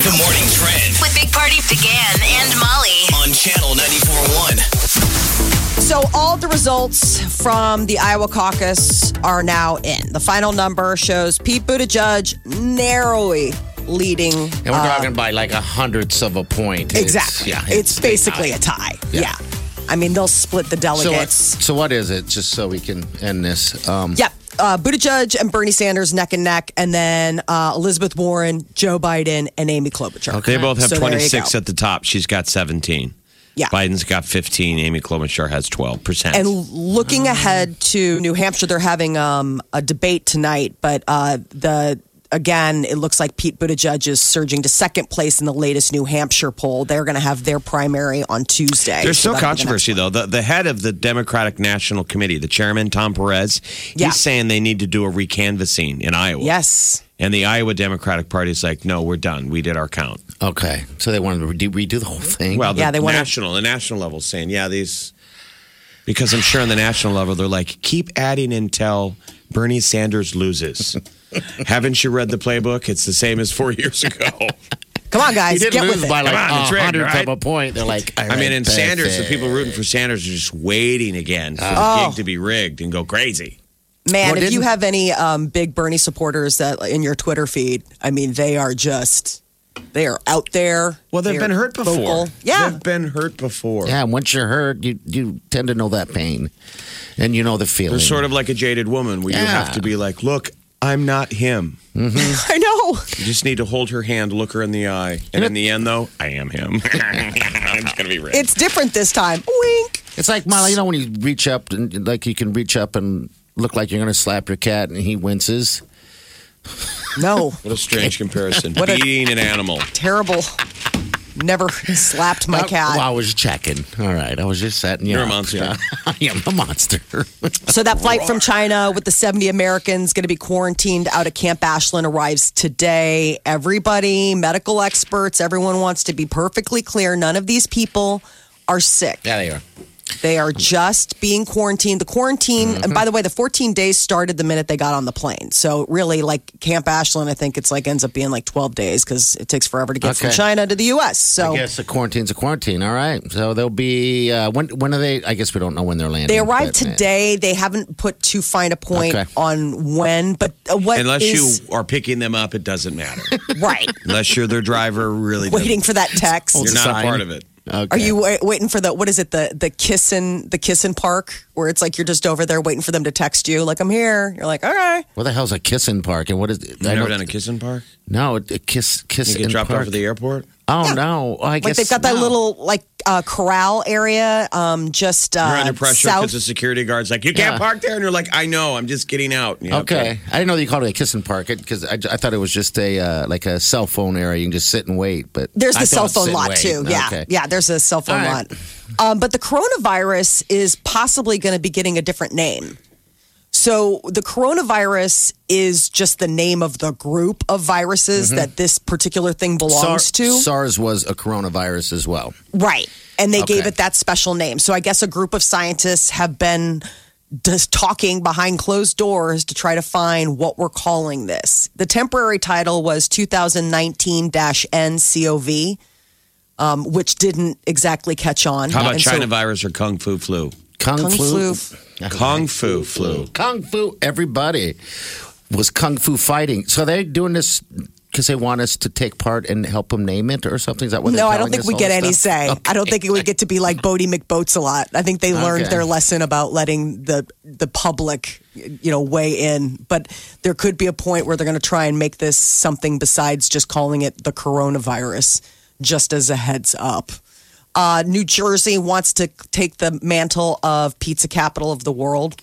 The morning trend with Big Party began and Molly. on channel 94.1. So, all the results from the Iowa caucus are now in. The final number shows Pete Buttigieg narrowly leading. And we're talking by like a hundredths of a point. It's- Um, exactly. yeah. It's, basically a tie. Yeah. Yeah. I mean, they'll split the so what, delegates. so what is it? Just so we can end this. Um, Yep. Uh, Buttigieg and Bernie Sanders neck and neck, and then uh, Elizabeth Warren, Joe Biden, and Amy Klobuchar. They both have So there you 26 go. at the top. She's got 17. Yeah. Biden's got 15. Amy Klobuchar has 12%. And looking ahead to New Hampshire, they're having um, a debate tonight. But uh, the again, it looks like Pete Buttigieg is surging to second place in the latest New Hampshire poll. They're going to have their primary on Tuesday. There's So still that'll be the next- controversy, though. The, the head of the Democratic National Committee, the chairman, Tom Perez, Yeah. he's saying they need to do a recanvassing in Iowa. Yes. And the Iowa Democratic Party is like, no, we're done. We did our count. Okay. So they wanted to redo, redo the whole thing. Well, the Yeah, they wanna- national, the national level saying, yeah, these, because I'm sure on the national level, they're like, keep adding until Bernie Sanders loses. Haven't you read the playbook? It's the same as four years ago. Come on, he guys, did get lose with it. by like Come on, a it's rigged, hundredth right? of a point. They're like, all I mean, right, in Sanders, the perfect. people rooting for Sanders are just waiting again for the gig to be rigged and go crazy. Man, Well, if didn't- you have any um, big Bernie supporters that in your Twitter feed, I mean, they are just they are out there. Well, they've They are been hurt before. vocal. Yeah, They've been hurt before. Yeah, and once you're hurt, you, you tend to know that pain. And you know the feeling. They're sort of like a jaded woman where you Yeah. have to be like, look, I'm not him. I know. You just need to hold her hand, look her in the eye. And in the end, though, I am him. I'm just going to be rigged. It's different this time. Wink. It's like Molly, you know, when you reach up and like you can reach up and look like you're going to slap your cat, and he winces. No. What a strange comparison. What a- Beating an animal. terrible. Never slapped my Uh, well, I cat. was checking. All right, I was just setting you You're a up. monster. I am a monster. So that flight from China with the 70 Americans going to be quarantined out of Camp Ashland arrives today. Everybody, medical experts, everyone wants to be perfectly clear. None of these people are sick. yeah, they are. They are just being quarantined. The quarantine, Mm-hmm. and by the way, the 14 days started the minute they got on the plane. So really, like Camp Ashland, I think it's like ends up being like 12 days because it takes forever to get from Okay. China to the U.S. So I guess a quarantine's a quarantine. All right. So they'll be uh, when? When are they? I guess we don't know when they're landing. They arrived but, uh, today. They haven't put too fine a point Okay. on when, but uh, what Unless is- you are picking them up, it doesn't matter. right Unless you're their driver, really. doesn't- waiting for that text? You're not a part of it. Are Okay. you wai- waiting for the what is it the the kissin the kissin park where it's like you're just over there waiting for them to text you like I'm here. You're like okay. What the hell's a kissing park? And what is? You've never done a kissing park? No, a kiss kiss You get in dropped park. off at the airport? Oh no! I Like guess they've got that no. little like uh, corral area, um, just uh, You're under pressure because south. the security guard's like, you can't Yeah. park there. And you're like, I know, I'm just getting out. And you have to- Okay, I didn't know you called it a kissing park because I, I thought it was just a uh, like a cell phone area. You can just sit and wait. But There's I the cell thought phone sit and lot wait. too. Yeah, Okay. yeah. There's a cell phone All lot, right. um, but the coronavirus is possibly going to be getting a different name. So the coronavirus is just the name of the group of viruses that this particular thing belongs Mm-hmm. SAR- to, SARS was a coronavirus as well. right? And they gave Okay. it that special name. So I guess a group of scientists have been just talking behind closed doors to try to find what we're calling this. The temporary title was 2019-NCOV. um, which didn't exactly catch on. How about And so- China virus or Kung Fu flu? Kung, Kung flu. flu. Kung Fu flu. Kung Fu. Everybody was Kung Fu fighting. So they're doing this because they want us to take part and help them name it or something. Is that what? No, they're I don't think telling us we all get this any stuff? say. I don't think it would get to be like Bodie McBoats a lot. I think they learned Okay. their lesson about letting the the public, you know, weigh in. But there could be a point where they're going to try and make this something besides just calling it the coronavirus, just as a heads up. Uh, New Jersey wants to take the mantle of pizza capital of the world.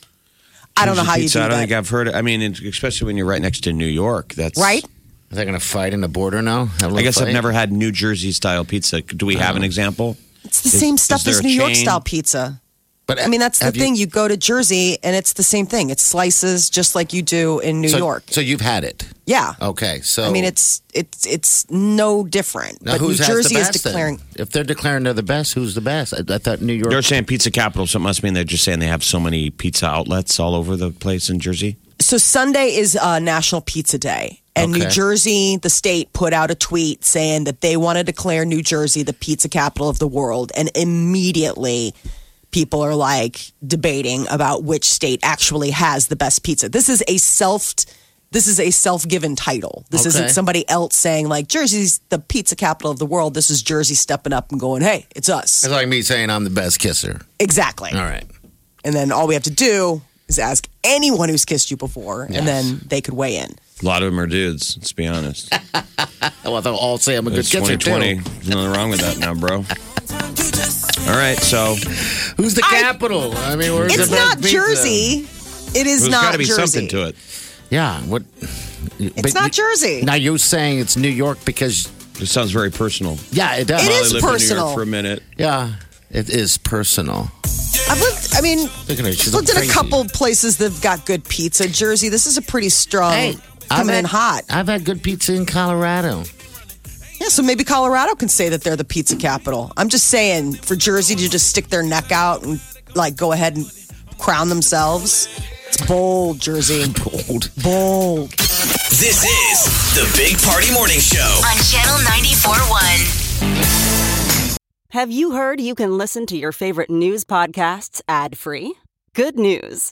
I don't know how you Pizza, do I don't that. think I've heard. I mean, especially when you're right next to New York. That's Right? Are they going to fight in the border now? Have a I little guess fight? I've never had New Jersey style pizza. Do we have an example? It's the Is- same is stuff there as a New York chain? style pizza. But I mean, that's the have you- thing. You go to Jersey and it's the same thing. It's slices just like you do in New so, York. So you've had it. Yeah. Okay. So I mean, it's it's it's no different. now but New who's has Jersey the is best then? declaring. If they're declaring they're the best, who's the best? I, I thought New York. They're saying pizza capital, so it must mean they're just saying they have so many pizza outlets all over the place in Jersey. So Sunday is uh, National Pizza Day, and New Okay. Jersey, the state, put out a tweet saying that they want to declare New Jersey the pizza capital of the world, and immediately. People are like debating about which state actually has the best pizza. This is a self, this is a self-given title. This isn't Okay. somebody else saying like Jersey's the pizza capital of the world. This is Jersey stepping up and going, "Hey, it's us." It's like me saying I'm the best kisser. Exactly. All right. And then all we have to do is ask anyone who's kissed you before, and then they could weigh in. A lot of them are dudes. Let's be honest. Oh, well, they'll all say I'm a good It's kisser too. 2020. There's nothing wrong with that now, bro. All right, so Who's the capital? I mean, where's It's the best not pizza? Jersey. It is there's got not to be Jersey. something to it. Yeah. What? It's not Jersey. Now you're saying it's New York because It sounds very personal. yeah, it does. It Molly is lived in New personal. York for a minute. Yeah, it is personal. I've lived. I mean, Look at her. She's looked at crazy. a couple places that've got good pizza. Jersey. This is a pretty strong. coming in hot. had, I've had good pizza in Colorado. Yeah, so maybe Colorado can say that they're the pizza capital. I'm just saying for Jersey to just stick their neck out and like go ahead and crown themselves. It's bold, Jersey. Bold. Bold. This is the Big Party Morning Show. on Channel 94.1. Have you heard you can listen to your favorite news podcasts ad free? Good news!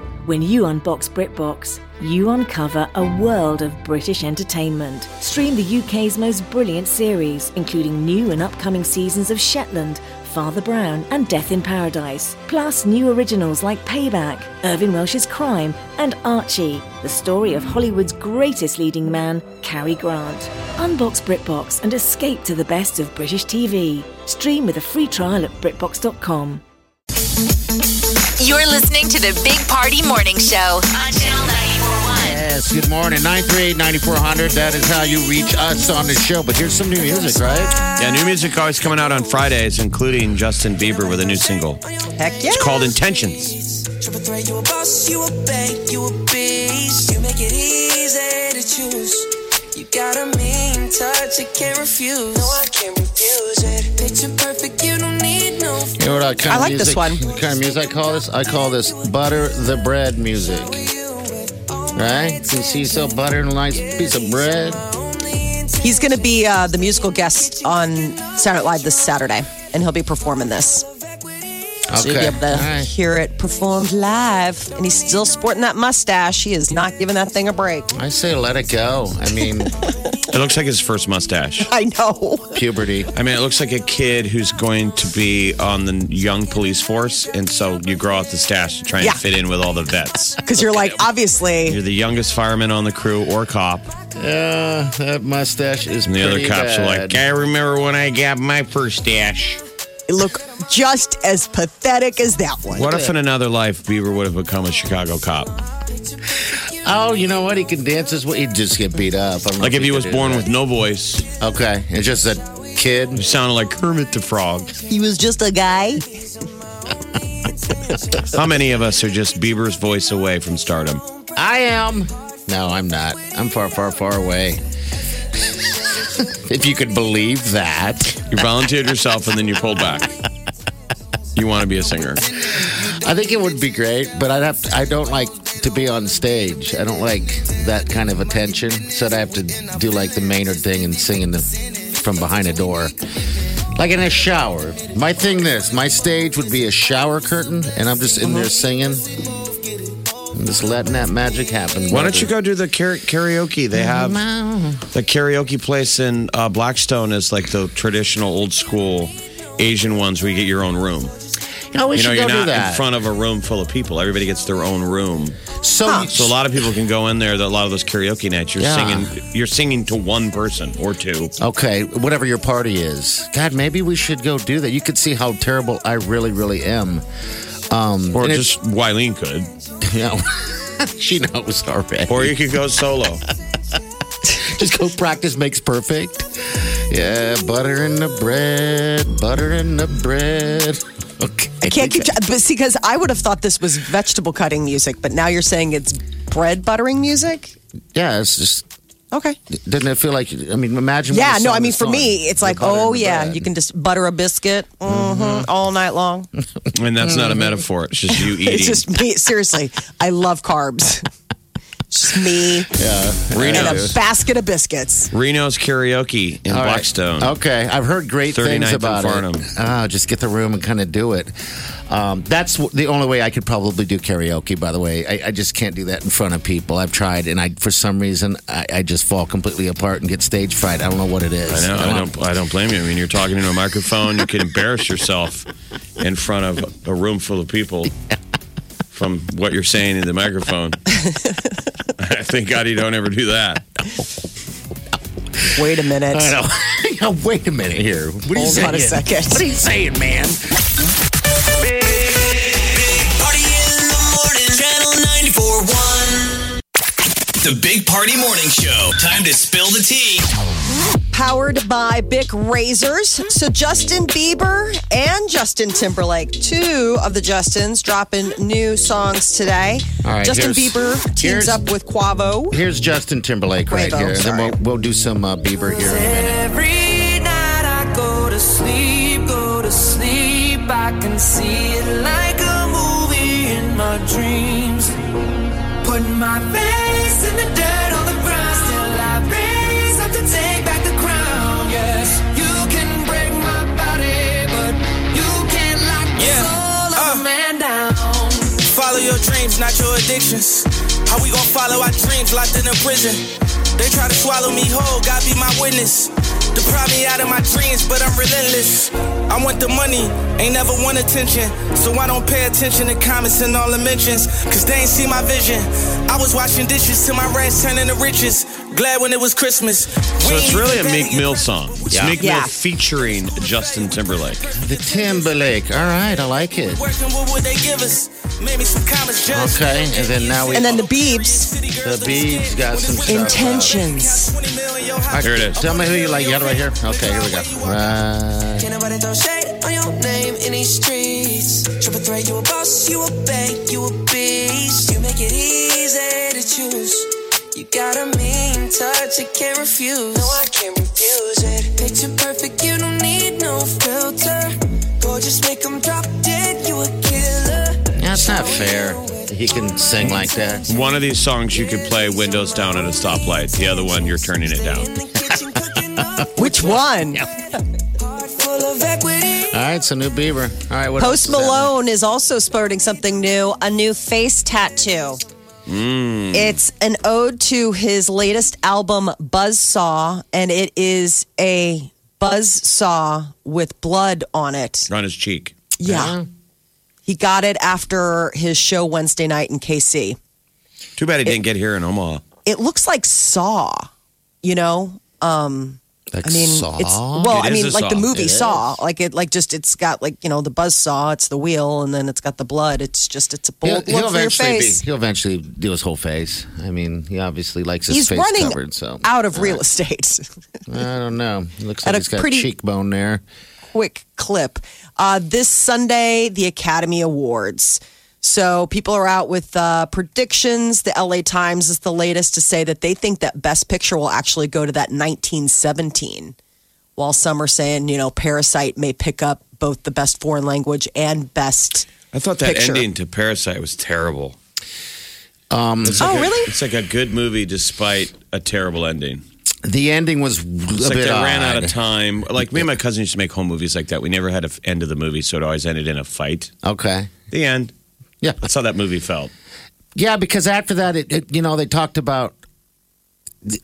When you unbox BritBox, you uncover a world of British entertainment. Stream the UK's most brilliant series, including new and upcoming seasons of Shetland, Father Brown, and Death in Paradise. Plus, new originals like Payback, Irving Welsh's Crime, and Archie, the story of Hollywood's greatest leading man, Cary Grant. Unbox BritBox and escape to the best of British TV. Stream with a free trial at BritBox.com. You're listening to the Big Party Morning Show on Channel 94.1. Yes, good morning. 938 9400. That is how you reach us on the show. But here's some new music, right? Yeah, new music always coming out on Fridays, including Justin Bieber with a new single. Heck yeah. It's called Intentions. Triple threat, you a boss, you a bank, you a beast. You make it easy to choose. You got a mean touch, I can't refuse. No, I can't refuse it. Picture perfect, you don't need no. You know what I, kind I of like this music- one. what kind of music I call this? I call this butter the bread music. Right? You see, so butter and a nice piece of bread. He's going to be uh, the musical guest on Saturday Night Live this Saturday, and he'll be performing this. So you'll be Okay. able to All right. hear it performed live. And he's still sporting that mustache. He is not giving that thing a break. I say let it go. I mean, It looks like his first mustache. I know. puberty. I mean, it looks like a kid who's going to be on the young police force, and so you grow out the stash to try and Yeah. fit in with all the vets. Because you're like, obviously, You're the youngest fireman on the crew or cop, Yeah, Uh, that mustache is and the other pretty cops are bad. like, "I remember when I got my first stash." you look just as pathetic as that one. What if in another life Bieber would have become a Chicago cop? Oh, you know what? He can dance as well. He'd just get beat up. I don't know Like if he could was do born that. with no voice, Okay, it's just a he kid. sounded like Kermit the Frog. He was just a guy. How many of us are just Bieber's voice away from stardom? I am. No, I'm not. I'm far, far, far away. if you could believe that, You volunteered yourself and then you pulled back. You want to be a singer. I think it would be great. But I'd have. To, I don't like to be on stage. I don't like that kind of attention. So I'd have to do like the Maynard thing and sing in the, from behind a door, like in a shower. My thing, this my stage would be a shower curtain, and I'm just in Uh-huh. there singing. I'm just letting that magic happen. Why don't you go do the kara- karaoke? They Mm-hmm. have the karaoke place in uh, Blackstone is like the traditional old school Asian ones where you get your own room. You know, we you know, should you're go do not that. in front of a room full of people. Everybody gets their own room. so, So a lot of people can go in there. that A lot of those karaoke nights, you're Yeah. singing, you're singing to one person or two. Okay, whatever your party is. God, maybe we should go do that. You could see how terrible I really, really am. Um, Or and it's- just Wileen could. you know, she knows already. Or you could go solo. just go practice makes perfect. Yeah, butter in the bread, butter in the bread. Okay. I can't keep. But see, because I would have thought this was vegetable cutting music, but now you're saying it's bread buttering music. Yeah, it's just. Okay. Doesn't it feel like? I mean, imagine. when Yeah. the No. song I mean, is for me, done, it's the like, butter in oh the yeah, bread. Mm-hmm. you can just butter a biscuit mhm, all night long. And that's not a metaphor. It's just you eating. It's just me. Seriously, I love carbs. Just me and Reno's, a basket of biscuits. Reno's karaoke in All right. Blackstone. Okay, I've heard great things 39th and about Farnham. it. Ah, just get the room and kind of do it. Um, that's w- the only way I could probably do karaoke. By the way, I, I just can't do that in front of people. I've tried, and I for some reason I, I just fall completely apart and get stage fright. I don't know what it is. I know. I don't. I don't blame you. I mean, you're talking into a microphone. You can embarrass yourself in front of a room full of people from what you're saying in the microphone. Thank God you don't ever do that. Wait a minute. I know. Now, Wait a minute here. What are you Hold saying? on a second. What are you saying, man? Big Party in the morning. Channel 941. The Big Party Morning Show. Time to spill the tea. Powered by Bic Razors. So Justin Bieber and Justin Timberlake, two of the Justins, dropping new songs today. All right, Justin here's- Bieber teams here's- up with Quavo. Here's Justin Timberlake right Quavo, here. and Then sorry. we'll, we'll do some uh, Bieber here in a minute. Every night I go to sleep, go to sleep. I can see it like a movie in my dreams. Putting my face in the dirt on the ground, still I raise up to take back the crown. Yes, you can break my body, but you can't lock the Yeah. soul of a Uh. man down. Follow your dreams, not your addictions. How we gon' follow our dreams locked in a prison? They try to swallow me whole, God be my witness. Deprive me out of my dreams, but I'm relentless. I want the money, ain't never want attention. So I don't pay attention to comments and all the mentions, cause they ain't see my vision. I was washing dishes till my rats turning to riches. Glad when it was Christmas. So it's really a Meek Mill song. It's Yeah. Meek Yeah. Mill featuring Justin Timberlake. The Timberlake. All right, I like it. Working, what would they give us? Maybe some comments just. Okay, and then now we. And then the Biebs, The Biebs got some stuff. Intentions. Here it is. Tell me who you like. You got it right here. Okay, here we go. Right. Can't nobody throw shade on your name in these streets. Triple threat, you a boss, you a bank, you a beast. You make it easy to choose. You got a mean touch, I can't refuse. No, I can't refuse it. Picture perfect, you don't need no filter. Gorgeous, make 'em drop dead, you a killer. Yeah, it's not fair. that He can sing like that. One of these songs you could play windows down at a stoplight. The other one you're turning it down. In the kitchen, cooking up, Which one? heart full of equity. All right, so new Bieber. All right, what Post else is happening? Malone is also sporting something new a new face tattoo. It's an ode to his latest album, Buzzsaw, and it is a buzzsaw with blood on it. On his cheek. Yeah. He got it after his show Wednesday night in KC. Too bad he didn't get here in Omaha. It looks like Saw, you know? Um, Like I mean, Saw? it's well. I It is mean, a like the saw. movie It Saw, like it, like just it's got like you know the buzz saw, it's the wheel, and then it's got the blood. It's just it's a He'll, bold he'll look for your eventually be, face. he'll eventually do his whole face. I mean, he obviously likes his He's face running covered. So out of real estate. I don't know. It looks At like a he's got pretty- cheekbone there. Quick clip. Uh, this Sunday, the Academy Awards. So people are out with uh, predictions. The LA Times is the latest to say that they think that Best Picture will actually go to that 1917. While some are saying, you know, Parasite may pick up both the best foreign language and best. I thought that Picture. ending to Parasite was terrible. Um, It's like Oh, a- really? It's like a good movie despite a terrible ending. The ending was a It's like bit they ran odd. out of time. Like me and my cousin used to make home movies like that. We never had an end of the movie, so it always ended in a fight. Okay. The end. Yeah. That's how that movie felt. Yeah, because after that, it, it you know they talked about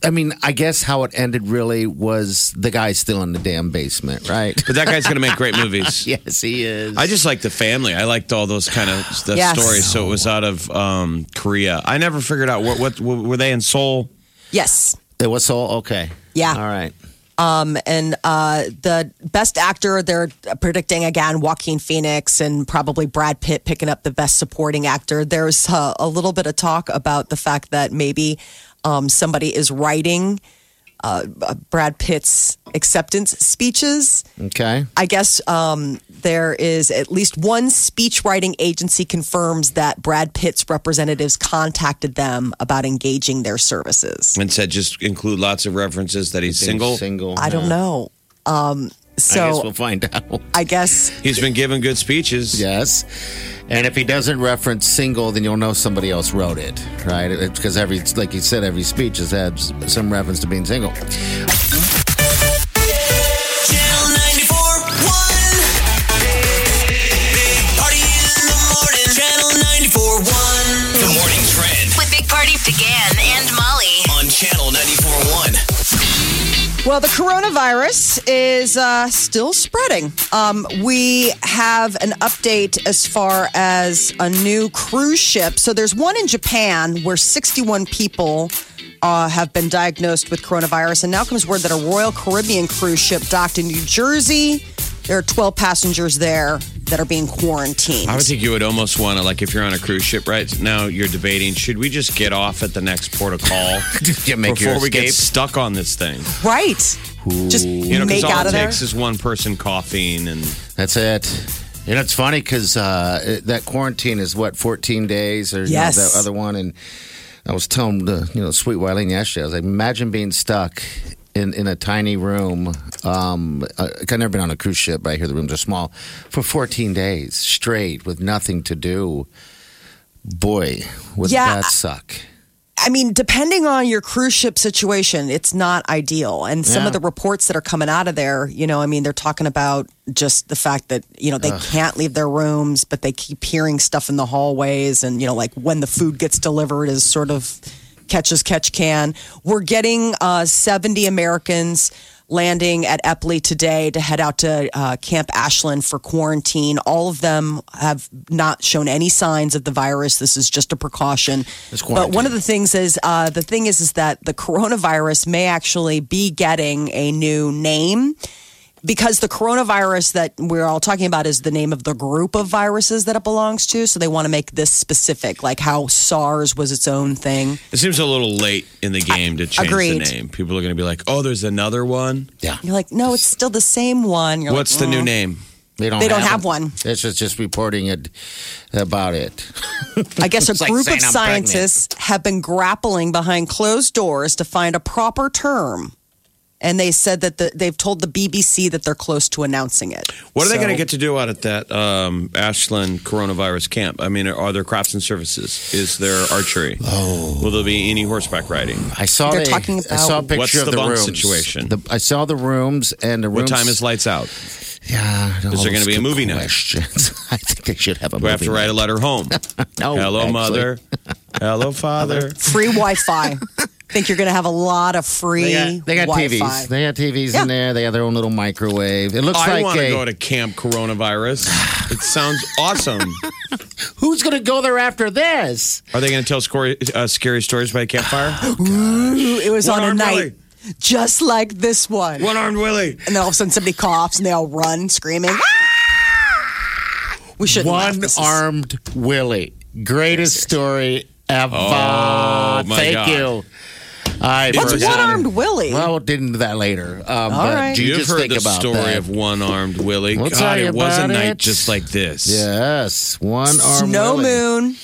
I mean, I guess how it ended really was the guy still in the damn basement, right? But that guy's going to make great movies. yes, he is. I just like the family. I liked all those kind of the Yes. stories. So it was out of um, Korea. I never figured out what, what were they in Seoul. Yes. It was all okay. Yeah. All right. Um, and uh, the best actor, they're predicting again Joaquin Phoenix and probably Brad Pitt picking up the best supporting actor. There's uh, a little bit of talk about the fact that maybe um, somebody is writing uh, Brad Pitt's acceptance speeches. Okay. I guess um, there is at least one speech writing agency confirms that Brad Pitt's representatives contacted them about engaging their services. and said just include lots of references that he's single. Single. I don't Yeah. know. Um, so Hmm. I guess we'll find out. I guess He's been giving good speeches. Yes. And if he doesn't reference single, then you'll know somebody else wrote it, right? It's because every, like you said, every speech has had s- some reference to being single. Channel 94.1. Big Party in the morning. Channel 94.1. The morning trend With Big Party began and Molly. on Channel 94.1. Well, the coronavirus is uh, still spreading. Um, we have an update as far as a new cruise ship. So there's one in Japan where 61 people uh, have been diagnosed with coronavirus. And now comes word that a Royal Caribbean cruise ship docked in New Jersey. There are 12 passengers there that are being quarantined. I would think you would almost want to, like, if you're on a cruise ship right now, you're debating, should we just get off at the next port of call Yeah, make your before we get escape. stuck on this thing? right. Just You know, make because all out it of there. takes is one person coughing and That's it. You know, it's funny because uh, it- that quarantine is what fourteen days, or you know, Yes. that other one. And I was telling the you know sweet Wileen yesterday. I was like, imagine being stuck in in a tiny room. Um, uh, I've never been on a cruise ship, but I hear the rooms are small for fourteen days straight with nothing to do. Boy, would Yeah. that suck? I mean, depending on your cruise ship situation, it's not ideal. And some Yeah. of the reports that are coming out of there, you know, I mean, they're talking about just the fact that, you know, they can't leave their rooms, but they keep hearing stuff in the hallways. And, you know, like when the food gets delivered is sort of catch as catch can. We're getting uh, 70 Americans landing at Epley today to head out to uh, Camp Ashland for quarantine. All of them have not shown any signs of the virus. This is just a precaution. It's But quarantine. one of the things is uh, the thing is is that the coronavirus may actually be getting a new name because the coronavirus that we're all talking about is the name of the group of viruses that it belongs to. So they want to make this specific, like how SARS was its own thing. it seems a little late in the game to change agreed. the name. People are going to be like, oh, there's another one. Yeah, You're like, no, it's still the same one. You're What's like, the new mm. name? they don't. They don't have it. one. It's just just reporting it about it. I guess a It's like group saying of I'm pregnant. scientists have been grappling behind closed doors to find a proper term. And they said that the, they've told the BBC that they're close to announcing it. What are they So- going to get to do out at that um, Ashland coronavirus camp? I mean, are there crafts and services? Is there archery? Oh. Will there be any horseback riding? I saw They're the- talking I saw a about- picture What's of the the, bunk rooms. situation? The, I saw the rooms and the What rooms. time is lights out? Yeah, Is there gonna be a movie night? questions. I think they should have a Do I have movie. to write a letter home? night. No, Hello, actually. mother. Hello, father. Free Wi Fi. think you're going to have a lot of free They got, they got Wi-Fi. TVs. They got TVs in Yeah. there. They got their own little microwave. It looks I like want to a, go to Camp Coronavirus. It sounds awesome. who's going to go there after this? Are they going to tell scary, uh, scary stories by campfire? Ooh, it was One on a armed night just like this one. One armed Willie. And then all of a sudden somebody coughs and they all run screaming. we shouldn't laugh. One This is- armed Willie. Greatest story ever. Oh, my Thank God. you. I What's forgot. one armed Willie? Well, didn't that later. Um, but right. you You've just heard think the about story that. of one armed Willie. We'll tell God, you it was a about night it. just like this. Yes, one arm. Snow Willie. moon.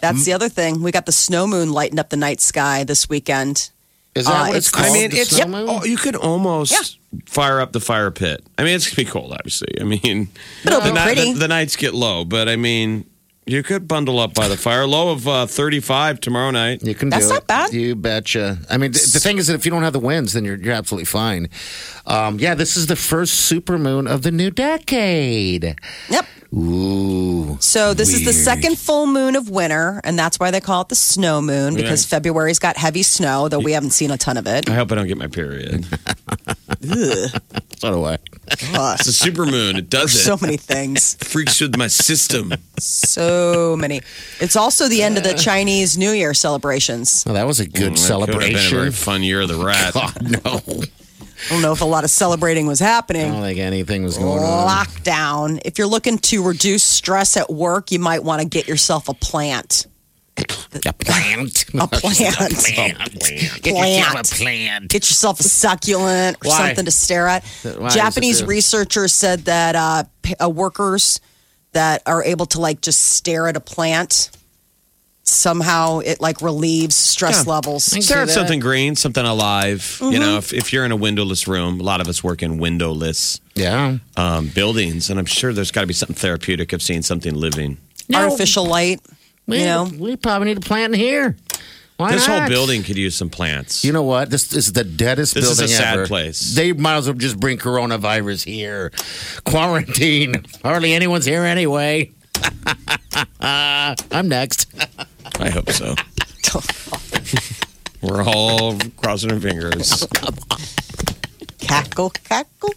That's the other thing. We got the snow moon lighting up the night sky this weekend. Is that Uh, what it's it's- called? I mean, The it's- snow yep. moon? Oh, you could almost fire up the fire pit. I mean, it's gonna be cold, obviously. I mean, But it'll the, be ni- pretty. the- the nights get low, but I mean, You could bundle up by the fire. Low of uh, 35 tomorrow night. You can That's do not it. bad. You betcha. I mean, th- the thing is that if you don't have the winds, then you're, you're absolutely fine. Um, yeah, this is the first supermoon of the new decade. Yep. Ooh. So this is the second full moon of winter, and that's why they call it the snow moon because February's got heavy snow, though we haven't seen a ton of it. I hope I don't get my period. So do I. Ugh, It's a supermoon. It does it. so many things, Freaks with my system. so many. It's also the end of the Chinese New Year celebrations. Well, that was a good Could have Mm, been a very celebration. fun year of the rat. God, no. I don't know if a lot of celebrating was I happening. don't think anything was going on. Lockdown. If you're looking to reduce stress at work, you might want to get yourself a plant. A plant. A plant. plant. Get yourself a plant. get yourself a succulent or Why? something to stare at. Why does it Japanese do- researchers said that uh, p- uh, workers that are able to like just stare at a plant somehow it like relieves stress Yeah. levels. Thank- Start See that? something green, something alive. Mm-hmm. You know, if, if you're in a windowless room, a lot of us work in windowless Yeah. um, buildings, and I'm sure there's got to be something therapeutic of seeing something living. Artificial light, We, you know. we probably need a plant in here. Why this not? whole building could use some plants. You know what? This is the deadest This is building a sad ever. place. They might as well just bring coronavirus here. Quarantine. Hardly anyone's here anyway. I'm next. I hope so. We're all crossing our fingers. Cackle, cackle.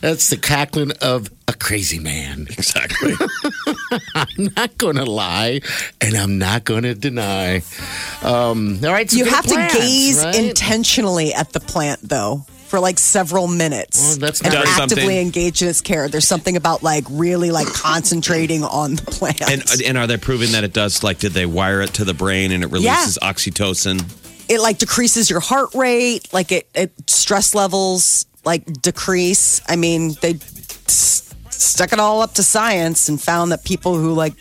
That's the cackling of a crazy man. Exactly. I'm not going to lie, and I'm not going to deny. Um, all right, so You good have plans, to gaze right? intentionally at the plant though. For like several minutes, Well, that's and not- Does actively something. engage in its care. There's something about like really like concentrating on the plant. and uh, and are they proving that it does? Like, did they wire it to the brain and it releases oxytocin? it like decreases your heart rate like it, it stress levels like decrease i mean they s- stuck it all up to science and found that people who like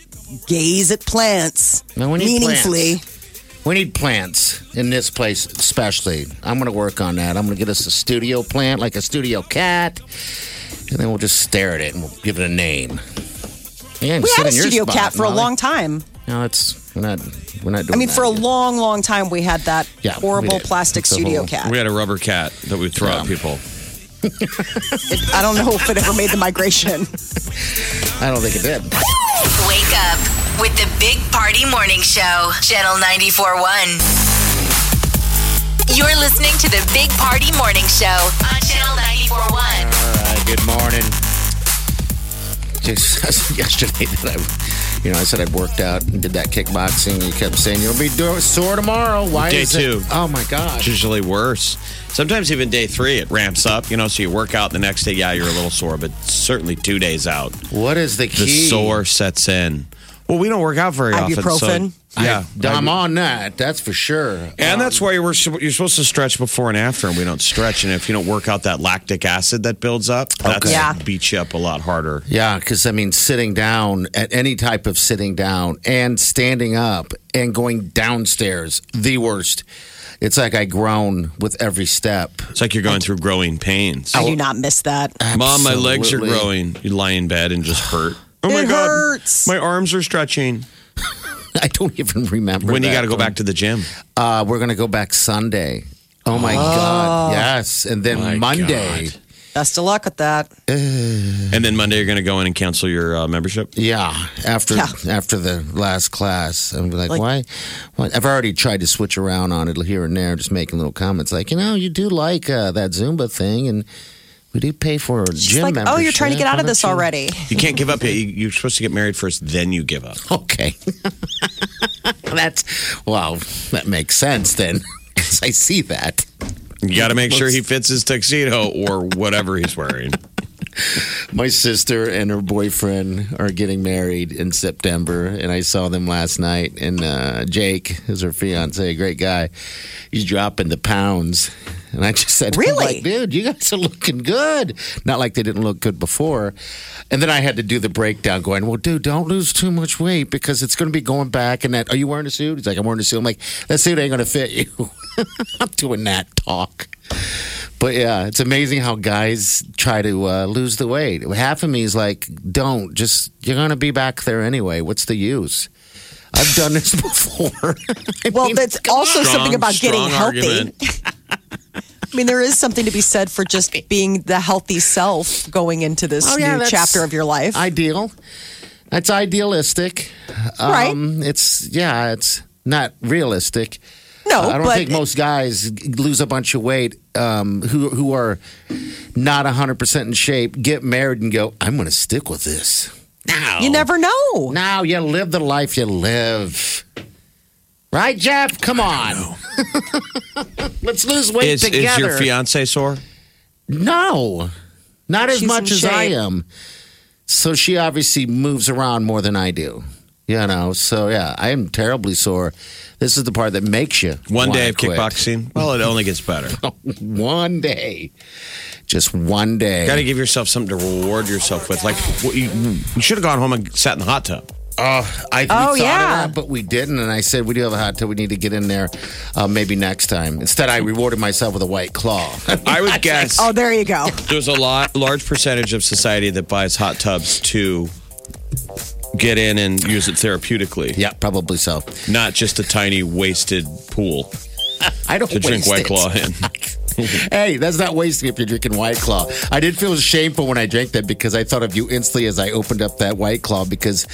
gaze at plants No, we need meaningfully We need plants in this place, especially. I'm going to work on that. I'm going to get us a studio plant, like a studio cat, and then we'll just stare at it and we'll give it a name. Yeah, we had a studio cat for a long time No, it's we're not. We're not doing. i mean for a long. long long time we had that Yeah, we horrible did. plastic It's a studio whole- cat We had a rubber cat that we would throw at Yeah. people. It- i don't know if it ever made the migration I don't think it did. Wake up with the Big Party Morning Show, Channel 94.1. You're listening to the Big Party Morning Show on Channel 94.1. All right. Good morning. Just I said yesterday that I, you know, I said I worked out and did that kickboxing. You kept saying you'll be do- sore tomorrow. Why Day is it- two. Oh my gosh. It's usually worse. Sometimes even day three, it ramps up, you know, so you work out the next day. Yeah, you're a little sore, but certainly two days out, What is the the key? sore sets in. Well, we don't work out very often. Ibuprofen? So, yeah. I'm on that. That's for sure. Um, and that's why you're, you're supposed to stretch before and after, and we don't stretch. And if you don't work out that lactic acid that builds up, that's Okay. Yeah. beats you up a lot harder. Yeah, because I mean, sitting down at any type of sitting down and standing up and going downstairs, the worst. It's like I groan with every step. It's like you're going through growing pains. i do not miss that Mom, my legs are Absolutely. growing. You lie in bed and just hurt. Oh my It god, hurts. my arms are stretching. I don't even remember. When you that. got to go back to the gym? Uh, we're gonna go back Sunday. Oh my God! Yes, and then Ah. My Monday. God. best of luck with that And then Monday, you're going to go in and cancel your uh, membership. Yeah, after Yeah. after the last class, I'm like, Like- why? why? I've already tried to switch around on it here and there, just making little comments like, you know, you do like uh, that Zumba thing, and we do pay for a She's gym like membership. oh you're trying to get Why out of don't this you-" already You can't give up yet. You, you're supposed to get married first, then you give up. Okay, that's well, that makes sense then, 'cause I see that. You got to make sure he fits his tuxedo or whatever he's wearing. My sister and her boyfriend are getting married in September, and I saw them last night. And uh, Jake is her fiance, great guy. He's dropping the pounds, and I just said, I'm Really? like, dude, you guys are looking good." Not like they didn't look good before. And then I had to do the breakdown, going, "Well, dude, don't lose too much weight because it's going to be going back." And that, are you wearing a suit? He's like, "I'm wearing a suit." I'm like, "That suit ain't going to fit you." I'm doing that talk. But yeah, it's amazing how guys try to uh, lose the weight. Half of me is like, don't, just, you're going to be back there anyway. What's the use? I've done this before. I Well, mean, that's also Strong- something about getting strong healthy. argument. I mean, there is something to be said for just being the healthy self going into this Oh, yeah, new that's chapter of your life. ideal. That's idealistic. Um, Right. It's, yeah, it's not realistic. no, I don't but think most guys lose a bunch of weight um, who who are not hundred percent in shape, get married, and go. I'm going to stick with this. Now you never know. Now you live the life you live, right, Jeff? Come on, let's lose weight Is, together. is your fiance sore? no, not as She's much in as I shape. am. So she obviously moves around more than I do. You know, so yeah, I am terribly sore. This is the part that makes you One wanna day of quit. kickboxing. Well, it only gets better. one day, just one day. Got to give yourself something to reward yourself with. Like what you, you should have gone home and sat in the hot tub. I, we Oh, thought of yeah. that, but we didn't. And I said we do have a hot tub. We need to get in there, uh, maybe next time. Instead, I rewarded myself with a white claw. I would guess Oh, there you go. there's a lot large percentage of society that buys hot tubs to get in and use it therapeutically. yeah, probably so. Not just a tiny wasted pool. I don't To drink waste White it. hey, that's not wasting if you're drinking White Claw. I did feel shameful when I drank that because I thought of you instantly as I opened up that White Claw because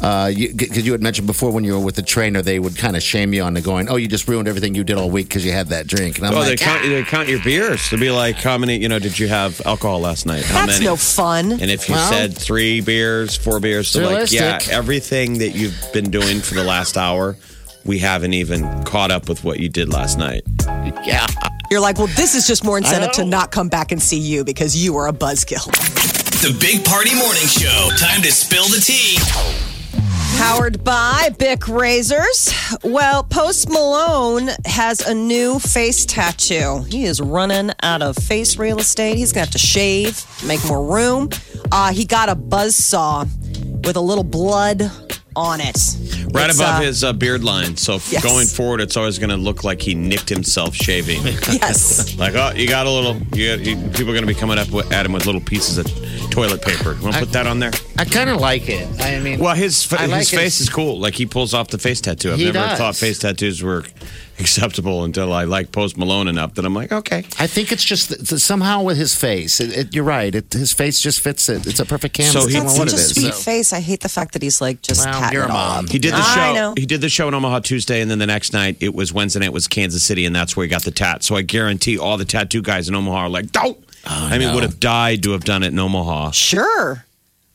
uh, you, 'cause you had mentioned before when you were with the trainer, they would kind of shame you on the going, oh, you just ruined everything you did all week because you had that drink. And I'm oh, like, they count "Ah." they count your beers. They'll be like, how many? You know, did you have alcohol last night? How That's many? no fun. and if you Well- said three beers, four beers, they're like, yeah, Realistic. everything that you've been doing for the last hour, we haven't even caught up with what you did last night. yeah. You're like, well, this is just more incentive to not come back and see you because you are a buzzkill. The Big Party Morning Show. Time to spill the tea. Powered by Bic Razors. Well, Post Malone has a new face tattoo. He is running out of face real estate. He's going to have to shave, make more room. Uh, he got a buzz saw with a little blood on it. Right It's, above uh, his uh, beard line. So f- Yes. going forward, it's always going to look like he nicked himself shaving. Yes. like, oh, you got a little. You, got, you people are going to be coming up with, at him with little pieces of toilet paper. Want to put that on there? I kind of like it. I mean, Well, his fa- I like his face is cool. Like he pulls off the face tattoo. I've He never does. thought face tattoos were acceptable until I like Post Malone enough that I'm like, okay. I think it's just th- th- somehow with his face. It, it, you're right. It, his face just fits it. It's a perfect canvas. So I he- don't Got know That's what such it a is. sweet so. face. I hate the fact that he's like just Well, patting you're a it all mom. up. He did the I show. know. He did the show in Omaha Tuesday, and then the next night it was Wednesday night was Kansas City, and that's where he got the tat. So I guarantee all the tattoo guys in Omaha are like, don't. I mean, no. would have died to have done it in Omaha. Sure.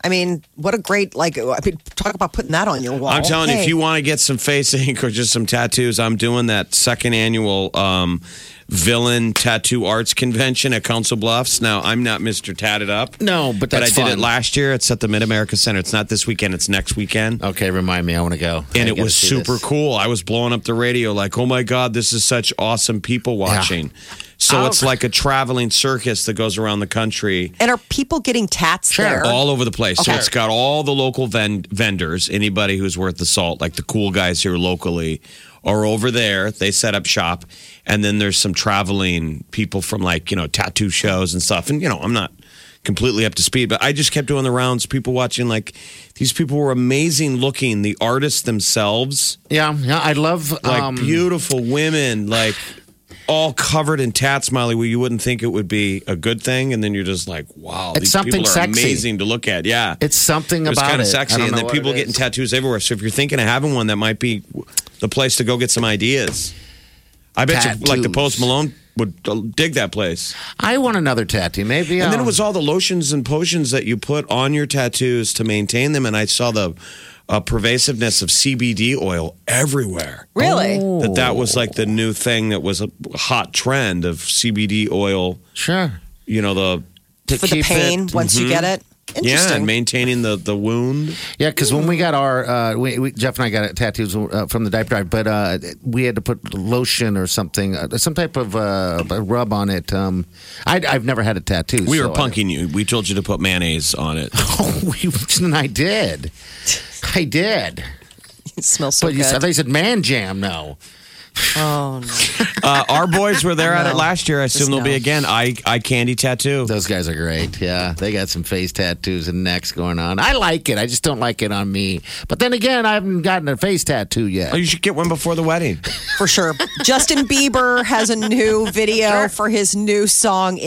I mean, what a great like. I mean, talk about putting that on your wall. I'm telling you, if Hey. you want to get some face ink or just some tattoos, I'm doing that second annual um, villain tattoo arts convention at Council Bluffs. Now, I'm not Mr. Tatted Up. No, but but I that's did it fun. last year. It's at the Mid America Center. It's not this weekend, it's next weekend. Okay, remind me. I want to go. and I it gotta was see super this. cool. I was blowing up the radio like, "Oh my god, this is such awesome people watching." So Oh. it's like a traveling circus that goes around the country. and are people getting tats there? All over the place. So it's got all the local ven- vendors, anybody who's worth the salt, like the cool guys here locally are over there. They set up shop. And then there's some traveling people from like, you know, tattoo shows and stuff. And, you know, I'm not completely up to speed, but I just kept doing the rounds. People watching, like, these people were amazing looking. The artists themselves, Yeah, yeah. I love like um, beautiful women, like all covered in tats, Molly, where you wouldn't think it would be a good thing. And then you're just like, wow, It's these something people are sexy. amazing to look at. Yeah. It's something it was about kind it. of sexy. And then people getting tattooed. tattoos everywhere. So if you're thinking of having one, that might be the place to go get some ideas. I bet you, like the Tattoos. Post Malone would dig that place. I want another tattoo. Maybe. And then I'll- it was all the lotions and potions that you put on your tattoos to maintain them. And I saw the uh, pervasiveness of CBD oil everywhere. Really? That that was like the new thing that was a hot trend of CBD oil. um, sure You know the to for the keep it- pain once you get it. Mm-hmm. yeah, and Interesting. maintaining the the wound. Yeah, because when we got our uh, we, we, Jeff and I got tattoos uh, from the diaper drive, but uh, we had to put lotion or something, uh, some type of uh, rub on it. Um, I, I've never had a tattoo. We so were I- punking you. We told you to put mayonnaise on it. Oh, we, and I did. I did. it smells so But good. you, said- I thought you said man jam. No, Oh no. Uh, our boys were there at it No. last year. I assume Just they'll be no. again. Eye, eye candy tattoo. Those guys are great. Yeah, they got some face tattoos and necks going on. I like it. I just don't like it on me. But then again, I haven't gotten a face tattoo yet. Oh, you should get one before the wedding. For sure. Justin Bieber has a new video for his new song,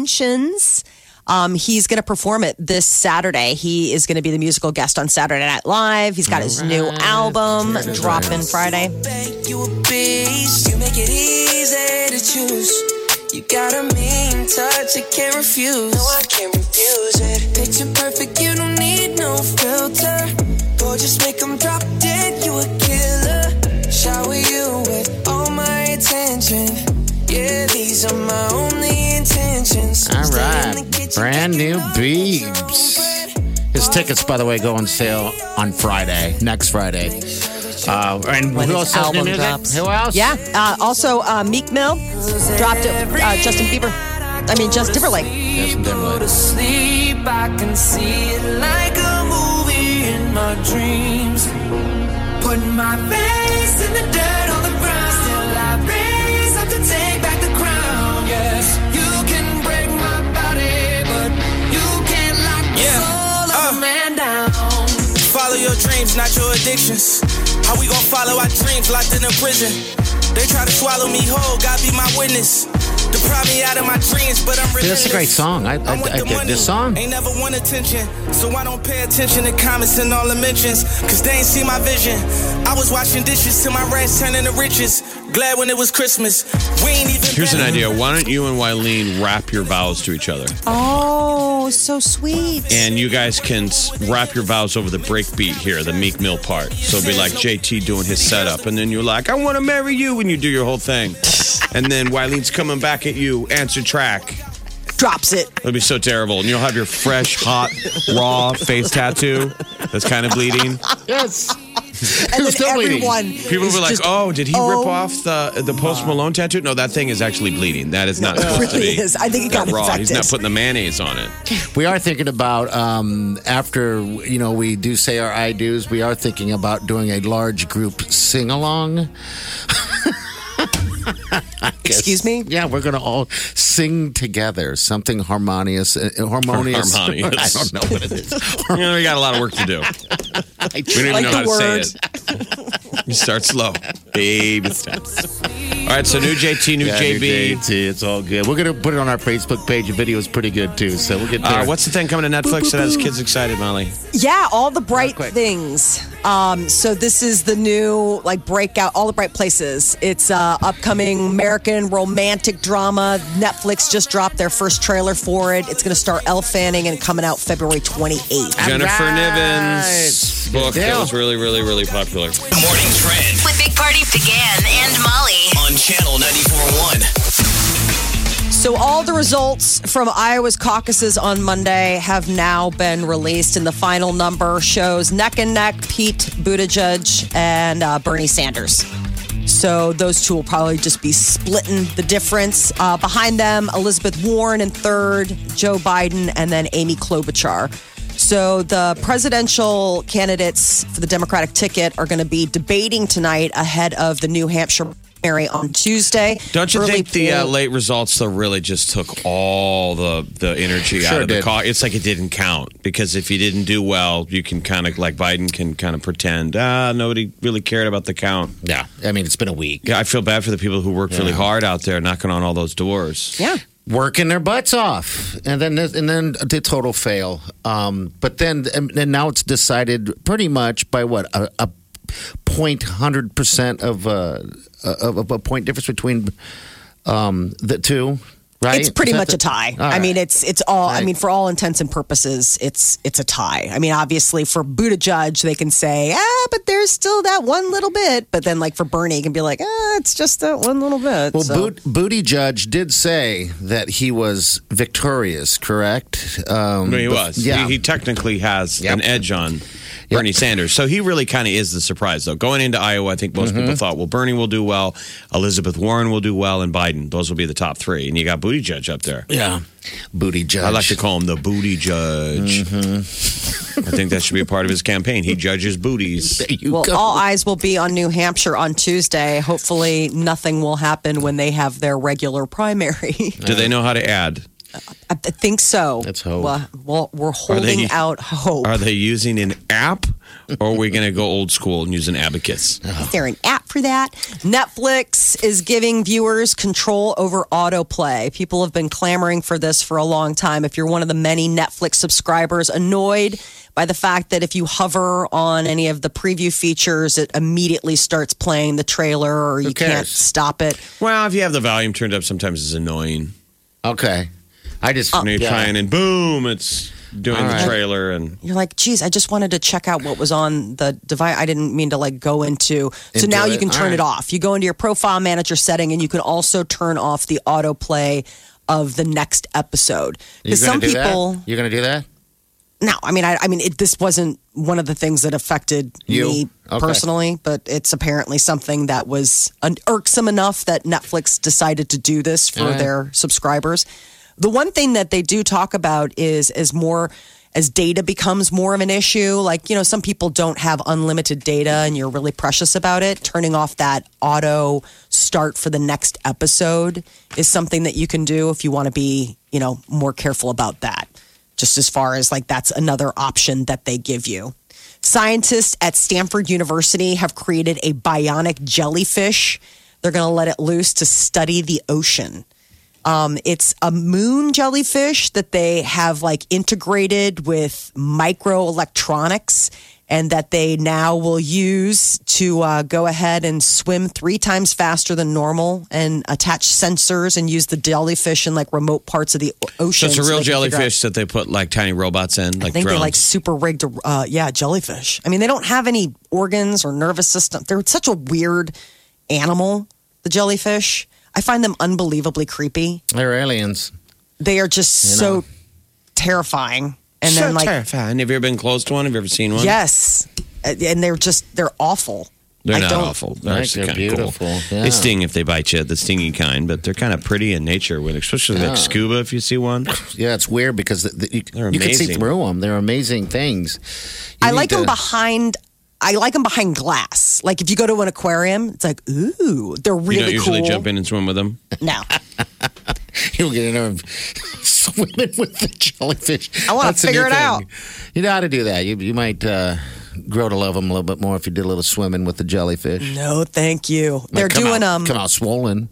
Intentions. Um, he's going to perform it this Saturday. He is going to be the musical guest on Saturday Night Live. He's got his new album dropping Friday. Bank, you a beast. You make it easy to choose. You got a mean touch, I can't refuse. No, I can't refuse it. Picture perfect, you don't need no filter. Gorgeous, make 'em drop dead, you a killer. Shower you with all my attention. Yeah, these are my only intentions. All Stay in the right, kitchen, brand cooking new up your own Beebs. bread. His tickets, by the way, go on sale on Friday, next Friday. Uh, and When who his else has new album music? drops. Who else? Yeah. Uh, also, uh, Meek Mill dropped it. Uh, Justin Bieber. I mean, Justin Timberlake. Justin Timberlake. to sleep. I can see it like a movie in my dreams. Put my face in the dirt on the ground. Still I raise up to take back the crown. Yes, you can break my body, but you can't lock the Yeah. soul of a Uh. man down. Follow your dreams, not your addictions. How we gon' follow our dreams locked in a prison? They try to swallow me whole, God be my witness. Deprive me out of my dreams, but I'm Dude, relentless. that's a great song. I, I, I want I, the did money. this song. Ain't never want attention, so I don't pay attention to comments and all the mentions, cause they ain't see my vision. I was washing dishes till my rats turning to riches. Glad when it was Christmas. We ain't even Here's an been- idea. Why don't you and Wileen wrap your vows to each other? Oh, so sweet. And you guys can s- wrap your vows over the break beat here, the Meek Mill part. So it'll be like JT doing his setup. And then you're like, I want to marry you. And you do your whole thing. And then Wileen's coming back at you, answer track. Drops it. It'll be so terrible. And you'll have your fresh, hot, raw face tattoo that's kind of bleeding. Yes. And then Still bleeding. everyone. People is will be like, just- "Oh, did he rip oh off the the Post Malone tattoo?" No, that thing is actually bleeding. That is not supposed to really be. is. I think it that got raw. He's infected. not putting the mayonnaise on it. We are thinking about um, after you know we do say our I do's. We are thinking about doing a large group sing along. Excuse me? Yeah, we're gonna all sing together something harmonious, uh, harmonious. Harmonious. I don't know what it is. You know, we got a lot of work to do. We don't even Like know the how to word. say it. You start slow, baby steps. All right, so new JT, new Yeah, JB. new JT, it's all good. We're gonna put it on our Facebook page. The video is pretty good too, so we'll get there. Uh, what's the thing coming to Netflix that has kids excited, Molly? Yeah, all the bright quick. things. Um, so this is the new like breakout, all the bright places. It's uh, upcoming American romantic drama. Netflix just dropped their first trailer for it. It's going to star Elle Fanning and coming out February 28th. Jennifer Niven's Good book that deal. was really, really, really popular. Morning Trend With Big Party began and Molly. on Channel 94.1. So all the results from Iowa's caucuses on Monday have now been released, and the final number shows neck and neck Pete Buttigieg and uh, Bernie Sanders. So those two will probably just be splitting the difference. Uh, behind them, Elizabeth Warren in third, Joe Biden, and then Amy Klobuchar. So the presidential candidates for the Democratic ticket are going to be debating tonight ahead of the New Hampshire primary on Tuesday. Don't you Early think the uh, poll- late results though really just took all the the energy Sure out of the did. call? It's like it didn't count because if you didn't do well, you can kind of like Biden can kind of pretend ah nobody really cared about the count. Yeah, I mean it's been a week. Yeah, I feel bad for the people who worked really hard out there knocking on all those doors. yeah. working their butts off, and then and then the total fail. Um, but then and then now it's decided pretty much by what a, a point hundred percent of uh, of of a point difference between um, the two. Right? It's pretty Is much that a tie. All I right. mean, it's it's all. I Right. mean, for all intents and purposes, it's it's a tie. I mean, obviously for Buttigieg, they can say ah, but there's still that one little bit. But then, like for Bernie, you can be like ah, it's just that one little bit. Well, So- Boot, Booty Judge did say that he was victorious, correct? Um, No, he bef- was. Yeah. He, he technically has Yep. an edge on Bernie Sanders. So he really kind of is the surprise, though. Going into Iowa, I think most Mm-hmm. people thought, well, Bernie will do well, Elizabeth Warren will do well, and Biden. Those will be the top three. And you got Booty Judge up there. Yeah. Booty judge. I like to call him the Booty Judge. Mm-hmm. I think that should be a part of his campaign. He judges booties. There you Well, go. all eyes will be on New Hampshire on Tuesday. Hopefully, nothing will happen when they have their regular primary. Do they know how to add? I think so. Let's hope. Well, well we're holding they- out hope. Are they using an app, or are we going to go old school and use an abacus? Is there an app for that? Netflix is giving viewers control over autoplay. People have been clamoring for this for a long time. If you're one of the many Netflix subscribers annoyed by the fact that if you hover on any of the preview features, it immediately starts playing the trailer or you can't cares? stop it. Well, if you have the volume turned up, sometimes it's annoying. okay. I just. Oh, When you're yeah. trying, and boom, it's doing All the right. trailer, and You're like, geez, I just wanted to check out what was on the device. I didn't mean to like go into. so Into now it. you can All turn it right. off. You go into your profile manager setting and you can also turn off the autoplay of the next episode. You're Because gonna some do people, That? You're gonna do that? no, I mean, I, I mean, it, this wasn't one of the things that affected You? me Okay. personally, but it's apparently something that was un- irksome enough that Netflix decided to do this for their subscribers. The one thing that they do talk about is as more as data becomes more of an issue, like you know, some people don't have unlimited data, and you're really precious about it. Turning off that auto start for the next episode is something that you can do if you want to be, you know, more careful about that just as far as like that's another option that they give you. Scientists at Stanford University have created a bionic jellyfish. They're going to let it loose to study the ocean. Um, it's a moon jellyfish that they have like integrated with microelectronics and that they now will use to uh, go ahead and swim three times faster than normal and attach sensors and use the jellyfish in like remote parts of the o- so ocean. it's a they can figure real out- jellyfish that they put like tiny robots in, I like think drones. they like super rigged, a- uh, yeah, jellyfish. I mean, they don't have any organs or nervous system. They're such a weird animal, the jellyfish. I find them unbelievably creepy. They're aliens. They are just so know. terrifying. And so then, like, terrifying. Have you ever been close to one? Have you ever seen one? yes. And they're just, they're awful. They're I not don't- awful. They're Right, actually they're kind of cool. beautiful, yeah. They sting if they bite you, the stinging kind, but they're kind of pretty in nature, with especially like scuba if you see one. Yeah, it's weird because th th- They're you, you can see amazing. through them. They're amazing things. You I like need them to- behind. I like them behind glass. Like if you go to an aquarium, it's like ooh, they're You really don't usually cool. jump in and swim with them. No, You'll get in there and swimming with the jellyfish. I wanna That's a new figure it thing. out. You know how to do that. You, you might uh, grow to love them a little bit more if you did a little swimming with the jellyfish. no, thank you. They're Like, come doing out, um. Come out swollen.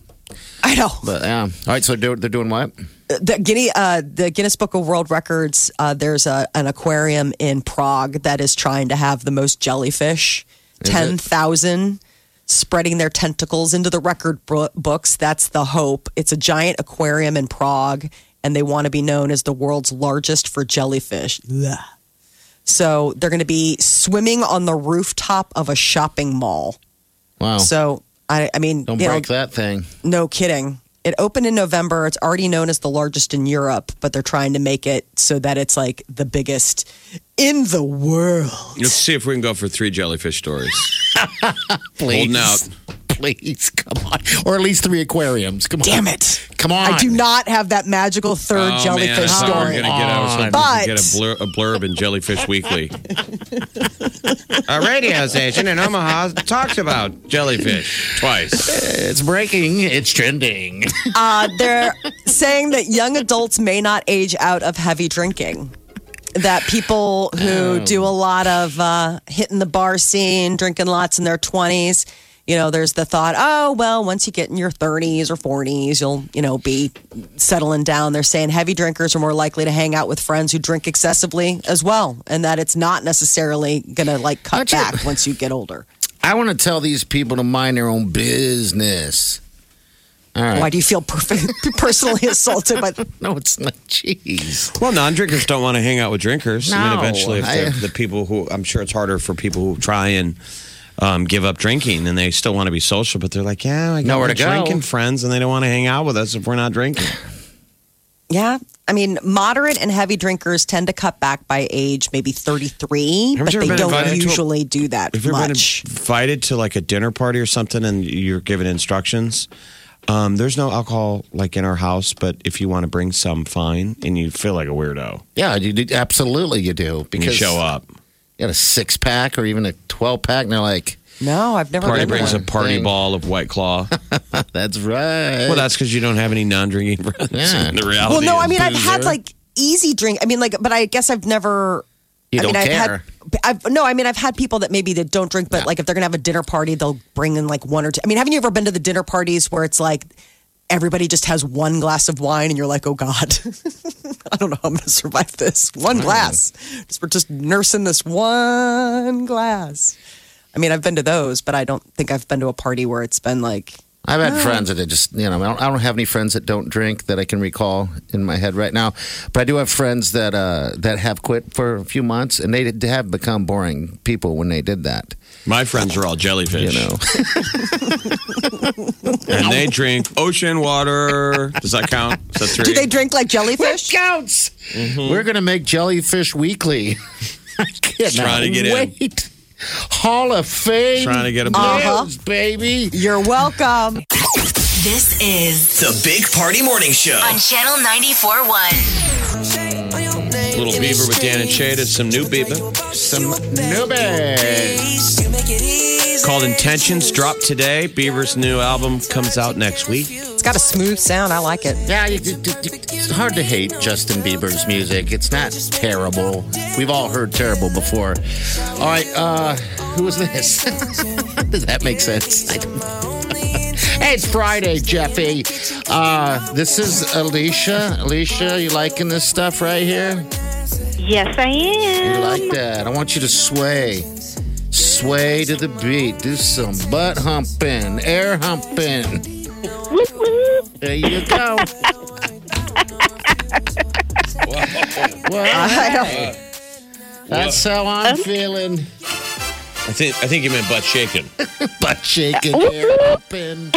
I know. But yeah. All right, so they're, they're doing what? the Guinea, uh, the Guinness Book of World Records. Uh, there's a, an aquarium in Prague that is trying to have the most jellyfish, ten thousand, spreading their tentacles into the record bro- books. That's the hope. It's a giant aquarium in Prague, and they want to be known as the world's largest for jellyfish. Ugh. So they're going to be swimming on the rooftop of a shopping mall. Wow. So I, I mean, Oh. Don't you know, break that thing. no kidding. It opened in November. It's already known as the largest in Europe, but they're trying to make it so that it's like the biggest in the world. Let's see if we can go for three jellyfish stories. Please. Holding out. Please, come on. Or at least three aquariums. Come on. Damn it. Come on. I do not have that magical third Oh, man, I jellyfish thought story. We were gonna get, I was hoping But- we could get a, blur, a blurb in Jellyfish Weekly. a radio station in Omaha talks about jellyfish twice. It's breaking. It's trending. Uh, they're saying that young adults may not age out of heavy drinking. That people Oh. who do a lot of uh, hitting the bar scene, drinking lots in their 20s, you know, there's the thought, oh, well, once you get in your 30s or 40s, you'll, you know, be settling down. They're saying heavy drinkers are more likely to hang out with friends who drink excessively as well, and that it's not necessarily going to like cut Aren't you- back once you get older. I want to tell these people to mind their own business. All right. Why do you feel perf- personally assaulted by No, it's not. Jeez. Well, non-drinkers don't want to hang out with drinkers. I mean, No, eventually, if I- the, the people who I'm sure it's harder for people who try and um, give up drinking and they still want to be social, but they're like, yeah, I got Nowhere my to go. drinking friends, and they don't want to hang out with us if we're not drinking. Yeah, I mean, moderate and heavy drinkers tend to cut back by age, maybe 33, Haven't but you they ever been don't invited to a- usually do that If you've been much. invited to like a dinner party or something and you're given instructions, um, there's no alcohol like in our house, but if you want to bring some, fine. And you feel like a weirdo. Yeah, you do, absolutely you do. And you Because show up. You got a six pack or even a 12 pack, and they're like, No, I've never Party been brings there. a party Dang. ball of White Claw. that's right. well, that's because you don't have any non drinking friends. Yeah. The reality Well, no, I is- mean, I've had boozer. like easy drink. I mean, like, but I guess I've never. You I mean, don't I've had. care. I've, no, I mean I've had people that maybe that don't drink, but like if they're gonna have a dinner party, they'll bring in like one or two. I mean, haven't you ever been to the dinner parties where it's like everybody just has one glass of wine and you're like, oh god, I don't know how I'm gonna survive this one glass. Just, we're just nursing this one glass. I mean, I've been to those, but I don't think I've been to a party where it's been like I've Oh. had friends that are just, you know, I don't, I don't have any friends that don't drink that I can recall in my head right now, but I do have friends that uh, that have quit for a few months, and they did- have become boring people when they did that. my friends are all jellyfish. You know, And they drink ocean water. Does that count? Is that three? do they drink like jellyfish? counts. Mm-hmm. We're gonna make jellyfish weekly. I cannot Trying to get in. wait. Hall of Fame. Trying to get a Uh-huh. lives, baby. You're welcome. This is The Big Party Morning Show. on Channel 94.1. Little Beaver with Dan and Shay. It's some new Beaver. Some newbies. Called Intentions. Dropped today. Beaver's new album comes out next week. It's got a smooth sound. I like it. Yeah, you, you- you- it's hard to hate Justin Bieber's music. It's not terrible. We've all heard terrible before. All right, uh, who was this? Does that make sense? I don't hey, it's Friday, Jeffy. Uh, this is Alicia. Alicia, you liking this stuff right here? Yes, I You am. like that? I want you to sway. Sway to the beat. Do some butt humping, air humping. Whoop, whoop. There you go. Well, I don't- That's how I'm feeling. I think I think you meant butt shaking. Butt shaking, hair humping.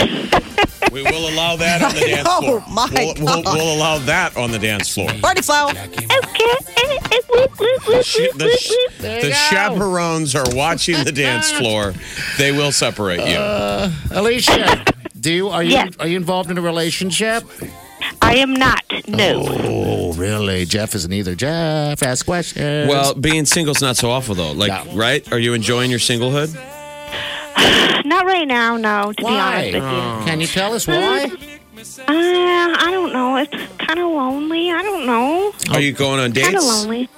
We will allow that on the dance floor. know, my we'll, we'll, we'll allow that on the dance floor. Party flower. Okay. Eh, eh, whoop, whoop, whoop, Sh- whoop, the whoop, sh- whoop. There the you go. chaperones are watching the dance floor. They will separate you. Alicia, do you are you Yes. are you involved in a relationship? I am not. No. Oh, really? Jeff isn't either. Jeff, ask questions. well, being single's not so awful though. Like, No. right? Are you enjoying your singlehood? Not right now, no, to be honest why? with you. Can you tell us why? Uh, I don't know. It's kind of lonely. I don't know. Are you going on Kind of dates? lonely.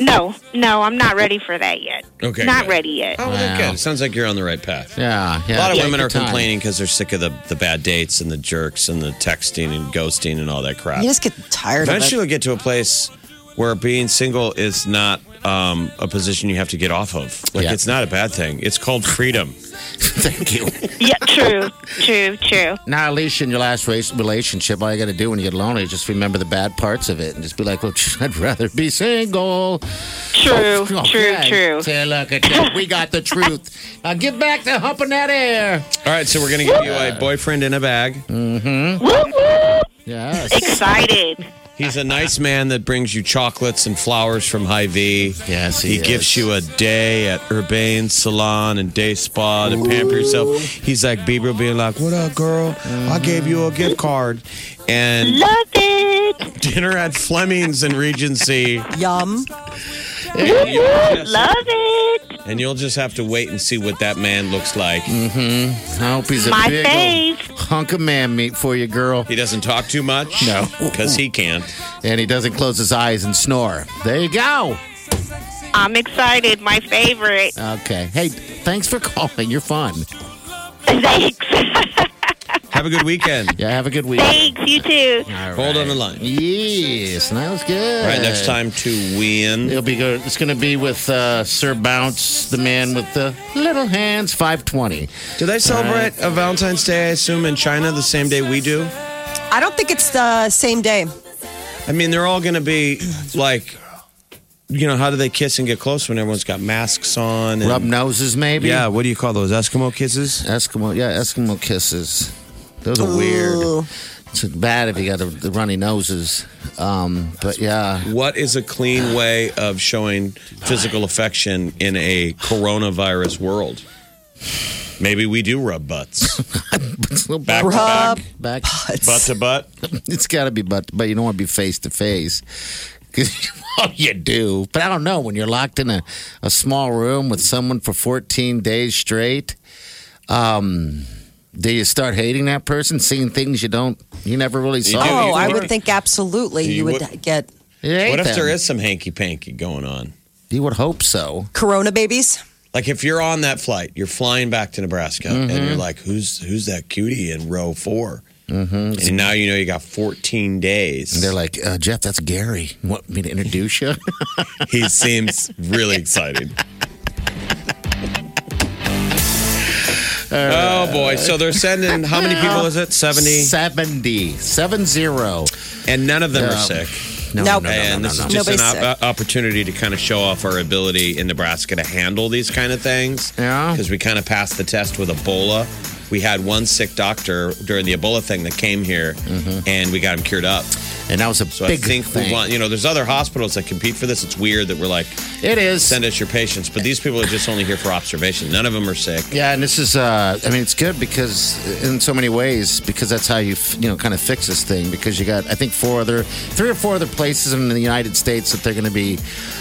No, no, I'm not ready for that yet. Okay, Not good. ready yet. Oh, well, good. Sounds like you're on the right path. Yeah, yeah. A lot of take women your are time. complaining because they're sick of the, the bad dates and the jerks and the texting and ghosting and all that crap. You just get tired Eventually, of you'll get to a place where being single is not um, a position you have to get off of. Like, Yeah. it's not a bad thing. It's called freedom. Thank you. Yeah, true, true, true. Now, Alicia, in your last race relationship, all you got to do when you get lonely is just remember the bad parts of it and just be like, well, I'd rather be single. Oh, True, true, Okay. true. Say, look at that. We got the truth. Now get back to humping that air. All right, so we're going to give you a boyfriend in a bag. Woo, woo. Yes. Excited. He's a nice man that brings you chocolates and flowers from Hy-Vee. Yes, He he gives is. you a day at Urbane Salon and Day Spa to pamper yourself. He's like Bieber being like, What up, girl? I gave you a gift card. And Love it. dinner at Fleming's and Regency. it. Yum. And, you, Love it. and you'll just have to wait and see what that man looks like. I hope he's a My big ol' fave. hunk of man meat for you, girl. He doesn't talk too much. No. Because he can't. And he doesn't close his eyes and snore. There you go. I'm excited. My favorite. Okay. Hey, thanks for calling. You're fun. Thanks. Have a good weekend. Yeah, have a good week. Thanks. You too. Hold on the line. Yes, that was good. All right, next time to win. It'll be good. It's going to be with uh, Sir Bounce, the man with the little hands, 520. Do they celebrate a Valentine's Day, I assume, in China the same day we do? I don't think it's the same day. I mean, they're all going to be like, you know, how do they kiss and get close when everyone's got masks on? And, Rub noses, maybe? yeah, what do you call those Eskimo kisses? Eskimo, yeah, Eskimo kisses. Those are weird. It's bad if you got the, the runny noses. Um, but yeah, What is a clean way of showing physical affection in a coronavirus world? Maybe we do rub butts. back to back, back, uh, butt to butt. It's got to be butt, but you don't want to be face to face. 'Cause- well, you do, but I don't know. When you're locked in a, a small room with someone for 14 days straight, um, do you start hating that person, seeing things you don't, you never really saw? oh, I before? would think absolutely you, You would, would- get You hate What if them. there is some hanky panky going on? You would hope so. Corona babies. Like if you're on that flight, you're flying back to Nebraska, and you're like, "Who's who's that cutie in row 4 Mm-hmm. And now you know you got 14 days. They're like, uh, Jeff, that's Gary. Want me to introduce you? he seems really excited. oh boy! So they're sending how many people is it? Seventy. 70, 70. And none of them No. are sick. No, no, no, no, and no, this no, is just no. an Nobody's op- uh, opportunity to kind of show off our ability in Nebraska to handle these kind of things. Yeah. Because we kind of passed the test with Ebola. We had one sick doctor during the Ebola thing that came here, and we got him cured up. And that was a so big I think thing. we want. You know, there's other hospitals that compete for this. It's weird that we're like, It is. send us your patients, but these people are just only here for observation. None of them are sick. Yeah, and this is, uh, I mean, it's good because in so many ways, because that's how you, f- you know, kind of fix this thing. Because you got, I think, four other, three or four other places in the United States that they're going to be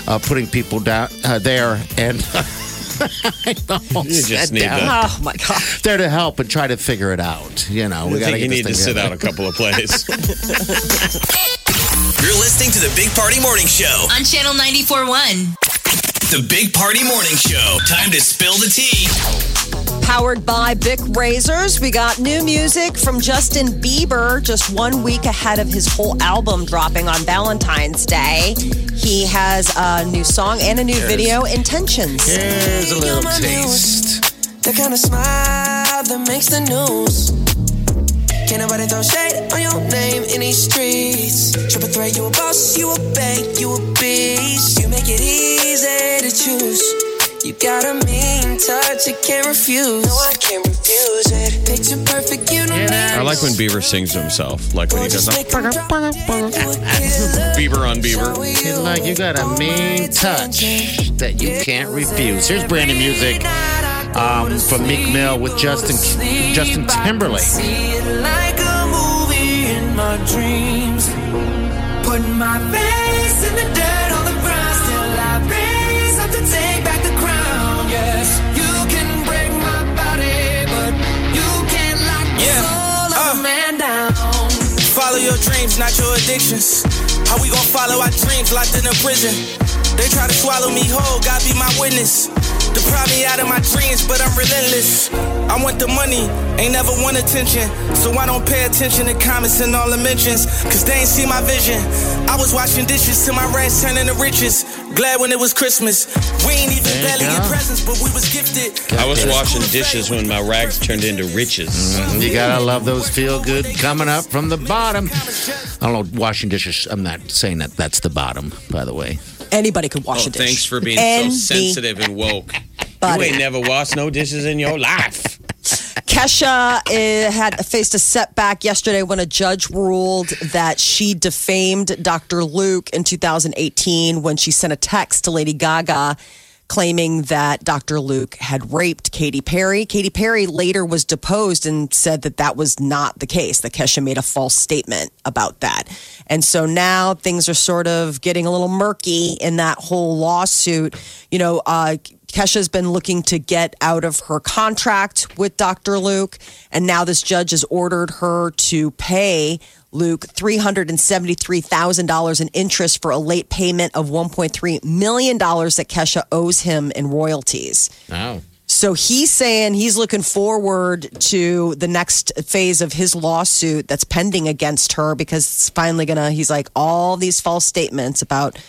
uh, putting people down uh, there. And I almost You just sat need down. to- Oh my god. There to help and try to figure it out. You know, I we got think you need to sit out a couple of plays. You're listening to the Big Party Morning Show. On Channel 94.1. The Big Party Morning Show. Time to spill the tea. Powered by Bic Razors, we got new music from Justin Bieber just one week ahead of his whole album dropping on Valentine's Day. He has a new song and a new video, Intentions. Here's a little taste. The kind of smile that makes the news. Can't nobody throw shade on your name in these streets. Triple threat, you a boss, you a bank, you a beast. You make it easy to choose. You got a mean touch, you can't refuse. No, I can't refuse it. Picture perfect, you know I like when Beaver sings to himself, like when he does that. Bieber on Bieber. It's like you got a mean touch that you can't refuse. Here's brand new music um, from Meek Mill with Justin Justin Timberlake. See it like a movie in my dreams. Put my face in the dirt on the ground. Still I raise up to take back the crown. Yes, you can break my body, but you can't lock the Yeah. soul of a Uh. man down. Follow your dreams, not your addictions. How we gon' follow our dreams locked in a prison? They try to swallow me whole, God be my witness. Deprive me out of my dreams, but I'm relentless. I want the money, ain't never want attention. So I don't pay attention to comments and all the mentions, cause they ain't see my vision. I was washing dishes till my rags turning to riches. Glad when it was Christmas. We ain't even There you barely in go. presents, but we was gifted. I was washing dishes when my rags turned into riches. Oh, You gotta love those feel good coming up from the bottom. I don't know, washing dishes. I'm not saying that that's the bottom, by the way. Anybody could Oh, wash a dish. thanks for being so Anybody. sensitive and woke. You ain't never washed no dishes in your life. Kesha eh, had faced a setback yesterday when a judge ruled that she defamed Dr. Luke in 2018 when she sent a text to Lady Gaga claiming that Dr. Luke had raped Katy Perry. Katy Perry later was deposed and said that that was not the case, that Kesha made a false statement about that. And so now things are sort of getting a little murky in that whole lawsuit. You know, uh, Kesha's been looking to get out of her contract with Dr. Luke, and now this judge has ordered her to pay Luke $373,000 in interest for a late payment of $1.3 million that Kesha owes him in royalties. Oh. So he's saying he's looking forward to the next phase of his lawsuit that's pending against her because it's finally gonna, he's like, all these false statements about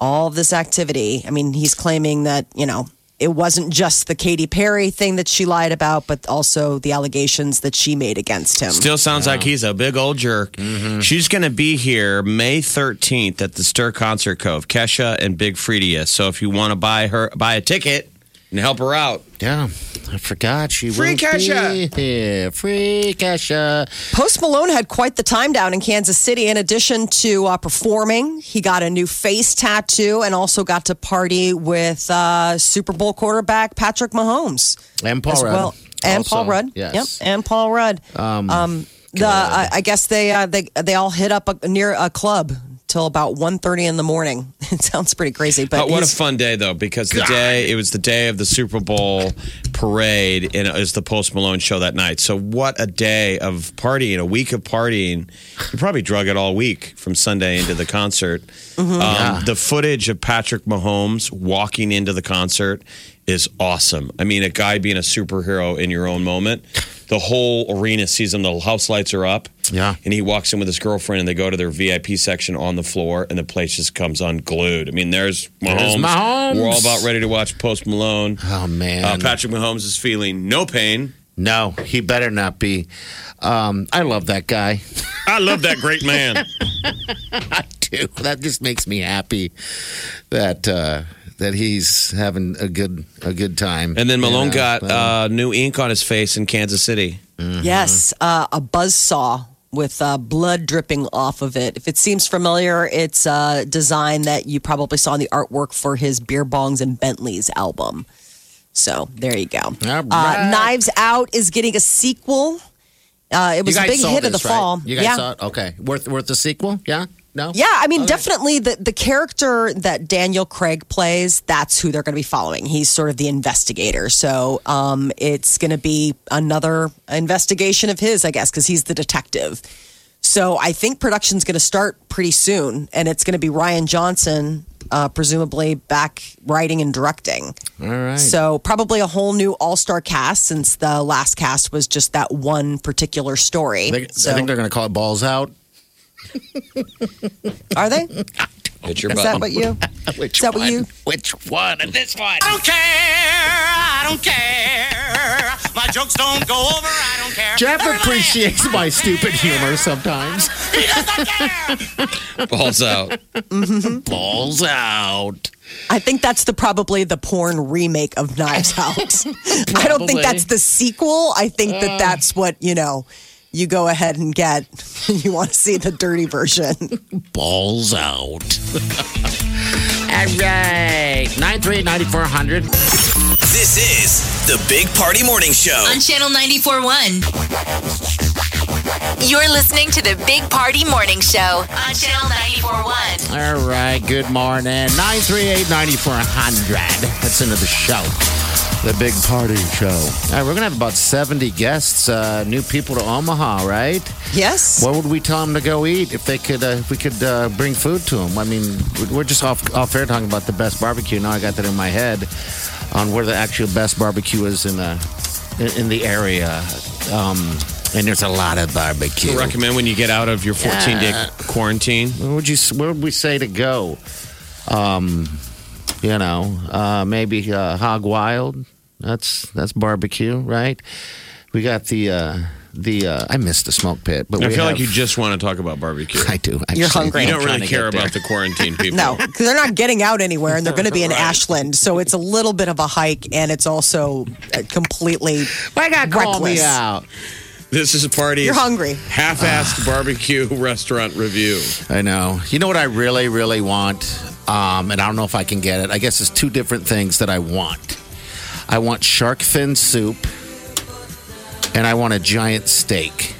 all this activity. I mean, he's claiming that, you know, it wasn't just the Katy Perry thing that she lied about, but also the allegations that she made against him. Still sounds like he's a big old jerk. She's going to be here May 13th at the Stir Concert Cove, Kesha and Big Freedia. So if you want to buy her buy a ticket, and help her out. Yeah, I forgot she Free will Kesha. be here. Free Kesha. Post Malone had quite the time down in Kansas City. In addition to uh, performing, he got a new face tattoo and also got to party with uh, Super Bowl quarterback Patrick Mahomes. And Paul as Rudd. well. And Paul Also, Rudd. yes. Yep. And Paul Rudd. Um, the I, I guess they uh, they they all hit up a, near a club till about 1.30 in the morning. It sounds pretty crazy, but Uh, But what a he's- fun day though, because the day it was the day of the Super Bowl parade, and it was the Post Malone show that night. So what a day of partying, a week of partying. You probably drug it all week from Sunday into the concert. Um, The footage of Patrick Mahomes walking into the concert is awesome. I mean, a guy being a superhero in your own moment. The whole arena sees him. The house lights are up. Yeah. And he walks in with his girlfriend, and they go to their VIP section on the floor, and the place just comes unglued. I mean, there's Mahomes. There's Mahomes. We're all about ready to watch Post Malone. Oh man, Uh, Patrick Mahomes is feeling no pain. no, he better not be. Um, I love that guy. I love that great man. too. That just makes me happy that uh, that he's having a good a good time. And then Malone You know, got uh, new ink on his face in Kansas City. Mm-hmm. Yes, uh, a buzz saw with uh, blood dripping off of it. If it seems familiar, it's a design that you probably saw in the artwork for his Beer Bongs and Bentleys album. So there you go. right. uh, Knives Out is getting a sequel. Uh, it you was a guys big saw hit of the this, right? fall. You guys yeah. saw it? Okay, worth worth the sequel? Yeah, no. Yeah, I mean, definitely the, the character that Daniel Craig plays, that's who they're going to be following. He's sort of the investigator. So um, it's going to be another investigation of his, I guess, because he's the detective. So I think production's going to start pretty soon, and it's going to be Ryan Johnson, uh, presumably back writing and directing. All right. So probably a whole new all star cast since the last cast was just that one particular story. I think, so, I think they're going to call it balls out. are they? Is Oh, Hit your that what you? Which Is that what one? you- Which one? And this one? I don't care. I don't care. My jokes don't go over. I don't care. Jeff Everybody, appreciates I my don't stupid care. humor sometimes. He doesn't care. Balls out. Balls out. I think that's the probably the porn remake of Knives Out. I don't think Probably. that's the sequel. I think that that's what you know. You go ahead and get. You want to see the dirty version. Balls out. All right. 938 9400. This is the Big Party Morning Show. on Channel 94.1. You're listening to the Big Party Morning Show on Channel 94.1. All right, good morning. 938 9400. That's into the show. The big party show. All right, we're going to have about 70 guests, uh, new people to Omaha, right? Yes. What would we tell them to go eat if they could? Uh, if we could uh, bring food to them? I mean, we- we're just off off air talking about the best barbecue. Now I got that in my head on where the actual best barbecue is in the in, in the area. Um, and there's a lot of barbecue. I recommend when you get out of your 14 day Yeah. quarantine. Where would you? Where would we say to go? Um, you know, uh, maybe uh, Hog Wild. That's that's barbecue, right? We got the uh, the uh, I missed the smoke pit, but I we feel like have- you just want to talk about barbecue. I do. Actually. You're hungry. You I'm don't trying really to care get there. about the quarantine people. No, because they're not getting out anywhere, and they're going to be in Right. Ashland, so it's a little bit of a hike, and it's also uh, completely. Why got call me Reckless. out? This is a party. You're hungry. Half-assed barbecue restaurant review. I know. You know what I really, really want, um, and I don't know if I can get it. I guess it's two different things that I want. I want shark fin soup, and I want a giant steak.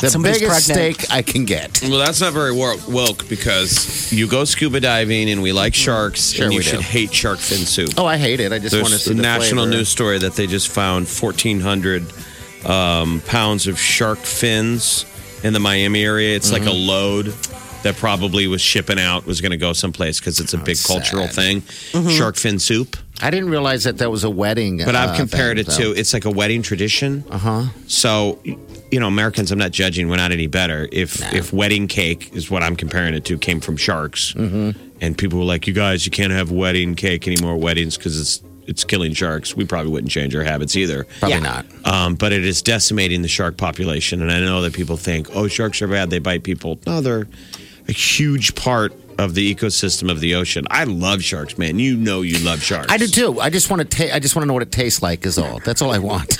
The Somebody's biggest pregnant. steak I can get. Well, that's not very wor- woke because you go scuba diving and we like sharks, Mm. Sure and you we do. should hate shark fin soup. Oh, I hate it. I just want to There's see a the national flavor. news story that they just found 1,400 um, pounds of shark fins in the Miami area. It's like a Mm-hmm. load that probably was shipping out was going to go someplace because it's a big cultural sad. Mm-hmm. thing. Shark fin soup. I didn't realize that that was a wedding. But I've uh, compared thing, it so. to it's like a wedding tradition. Uh Huh? So, you know, Americans, I'm not judging. We're not any better. If if wedding cake is what I'm comparing it to, came from sharks, Mm-hmm. and people were like, "You guys, you can't have wedding cake anymore. Weddings because it's it's killing sharks." We probably wouldn't change our habits either. Probably not. Um, but it is decimating the shark population. And I know that people think, "Oh, sharks are bad. They bite people." No, they're a huge part of the ecosystem of the ocean. I love sharks, man. You know you love sharks. I do too. I just want to ta- I just want to know what it tastes like. Is all. That's all I want.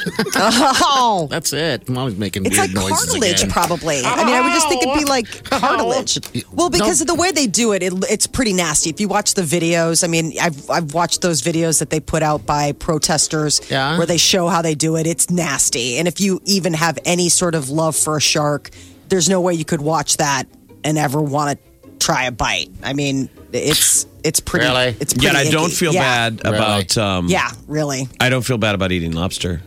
Oh. That's it. Mom's making It's weird like noises cartilage, again. probably. I mean, I would just think it'd be like cartilage. Well, because of the way they do it, it, it's pretty nasty. If you watch the videos, I mean, I've I've watched those videos that they put out by protesters, Yeah. where they show how they do it. It's nasty, and if you even have any sort of love for a shark, there's no way you could watch that and ever want to try a bite. I mean, it's it's pretty. Really? It's pretty Yet I don't icky. feel Yeah. bad Really? about. Um, Yeah, really. I don't feel bad about eating lobster.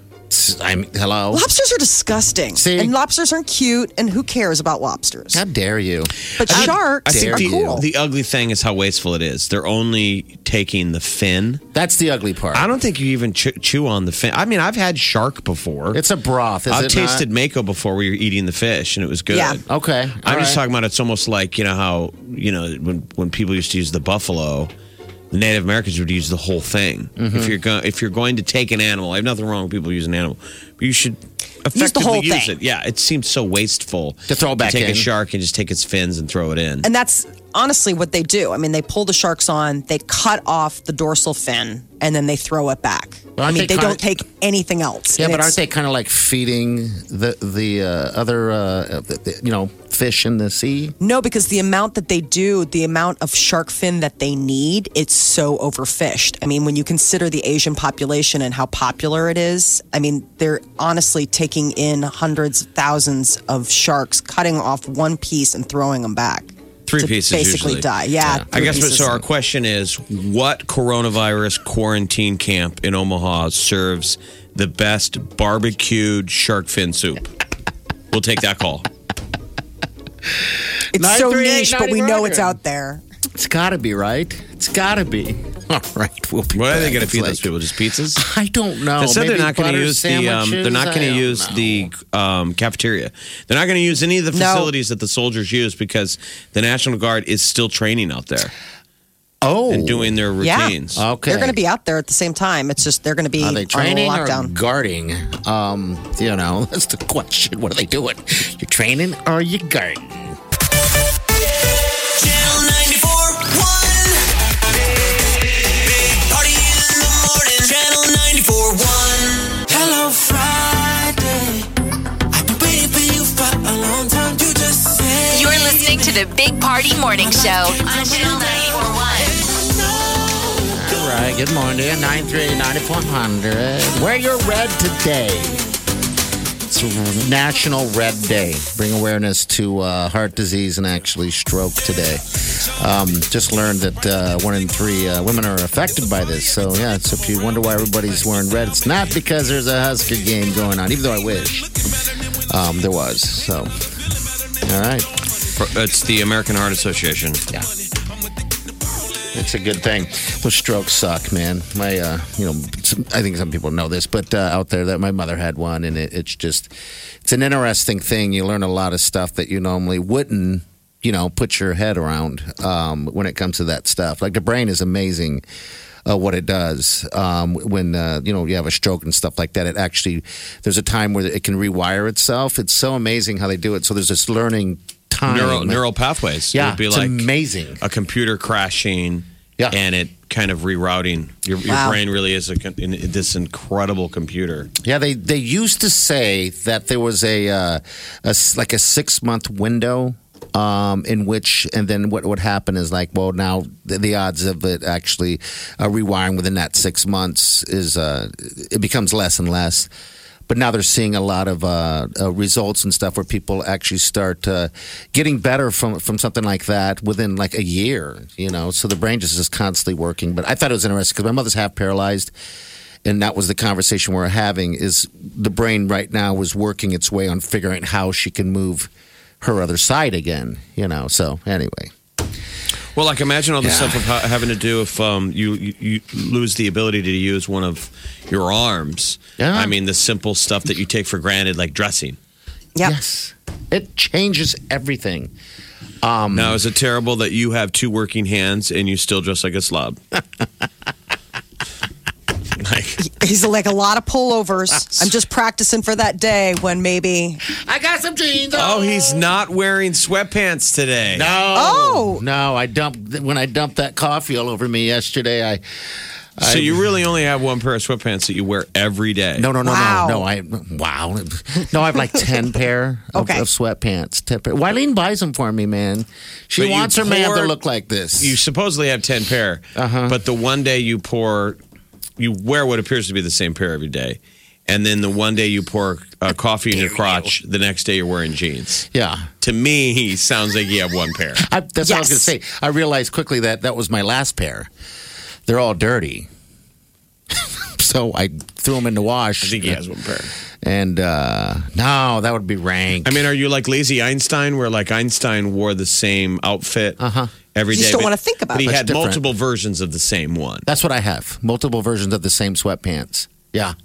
I'm hello. Lobsters are disgusting, See? and lobsters aren't cute. And who cares about lobsters? How dare you? But I sharks think are dare the, cool. the ugly thing is how wasteful it is. They're only taking the fin. That's the ugly part. I don't think you even ch- chew on the fin. I mean, I've had shark before. It's a broth. Is I've it tasted mako before where you're eating the fish and it was good. Yeah. Not? Okay. I'm all just right. talking about it's almost like, you know, how, you know, when, when people used to use the buffalo, the Native Americans would use the whole thing. If you're going if you're going to take an animal, I have nothing wrong with people using an animal. But you should effectively Use the whole use thing. it. Yeah, it seems so wasteful To throw back take in. a shark and just take its fins and throw it in. And that's honestly what they do. I mean, they pull the sharks on, they cut off the dorsal fin, and then they throw it back. Well, I aren't mean, they they don't kind take anything else. Yeah, And but aren't it's- they kind of like feeding the the uh, other uh, the, the, you know fish in the sea? No, because the amount that they do, the amount of shark fin that they need, it's so overfished. I mean, when you consider the Asian population and how popular it is, I mean, they're honestly taking in hundreds, thousands of sharks, cutting off one piece and throwing them back. Three to pieces basically usually. die. Yeah, I three guess but, so. pieces. Our question is: What coronavirus quarantine camp in Omaha serves the best barbecued shark fin soup? We'll take that call. It's so 938, niche, but we know it's 99. out there. It's got to be right. It's got to be. All right, we'll be. What are they back. going to It's feed like- those people? Just pizzas? I don't know. They said they're Oh, Maybe not going to butter use the. Um, they're not sandwiches? going to I use don't know. the um, cafeteria. They're not going to use any of the No. facilities that the soldiers use because the National Guard is still training out there oh and doing their Yeah. routines. Okay, They're going to be out there at the same time. It's just they're going to be Are they training on or lockdown. guarding? Um, you know, that's the question. What are they doing? You're training or you guarding? Channel 94.1. Big party in the morning. Channel 94.1. Hello Friday. I've been waiting for you for a long time. You just said You're listening to the Big Party Morning Show on Channel 941. All right, good morning. 939-400. Wear your red today. It's National Red Day. Bring awareness to uh, heart disease and actually stroke today. Um, just learned that uh, one in three uh, women are affected by this. So, yeah, so if you wonder why everybody's wearing red, it's not because there's a Husker game going on, even though I wish um, there was. So, all right. It's the American Heart Association. Yeah. It's a good thing. Those strokes suck, man. My, uh, you know, some, I think some people know this, but uh, out there that my mother had one, and it, it's just, it's an interesting thing. You learn a lot of stuff that you normally wouldn't, you know, put your head around um, when it comes to that stuff. Like the brain is amazing uh, what it does um, when uh, you know you have a stroke and stuff like that. It actually there's a time where it can rewire itself. It's so amazing how they do it. So there's this learning time. Neural, neural pathways. it Yeah, would be it's like amazing. a computer crashing Yeah. and it kind of rerouting. Your, your Wow. brain really is a, con- in, this incredible computer. Yeah, they they used to say that there was a, uh, a s- like a six month window um, in which, and then what would happen is like, well, now the, the odds of it actually uh, rewiring within that six months is uh, it becomes less and less. But now they're seeing a lot of uh, uh, results and stuff where people actually start uh, getting better from from something like that within like a year, you know. So the brain just is constantly working. But I thought it was interesting because my mother's half paralyzed and that was the conversation we are having is the brain right now was working its way on figuring how she can move her other side again you know so anyway Well, like imagine all the Yeah. stuff of ha- having to do if um, you, you you lose the ability to use one of your arms. Yeah. I mean, the simple stuff that you take for granted, like dressing. Yeah. yes it changes everything Um, Now, is it terrible that you have two working hands and you still dress like a slob? like, He's like a lot of pullovers. I'm just practicing for that day when maybe. I got some jeans. Oh, he's not wearing sweatpants today. No. Oh. No, I dumped when I dumped that coffee all over me yesterday. I So you really only have one pair of sweatpants that you wear every day. no no no Wow. no no I wow no I have like ten pair of, Okay. of sweatpants. Ten pair. Wileen buys them for me, man. She But you wants her man to poured- look like this. You supposedly have ten pair, but the one day you pour, you wear what appears to be the same pair every day, and then the one day you pour uh, coffee in your crotch, the next day you're wearing jeans. yeah. To me, he sounds like you have one pair. I, that's what I was Yes. going to say. I realized quickly that that was my last pair. They're all dirty. so I threw them in the wash. I think he has one pair. And uh, no, that would be rank. I mean, are you like lazy Einstein, where like Einstein wore the same outfit uh-huh. every You just day, don't but- wanna think about but he it. had That's different. multiple versions of the same one. that's what I have. Multiple versions of the same sweatpants. Yeah.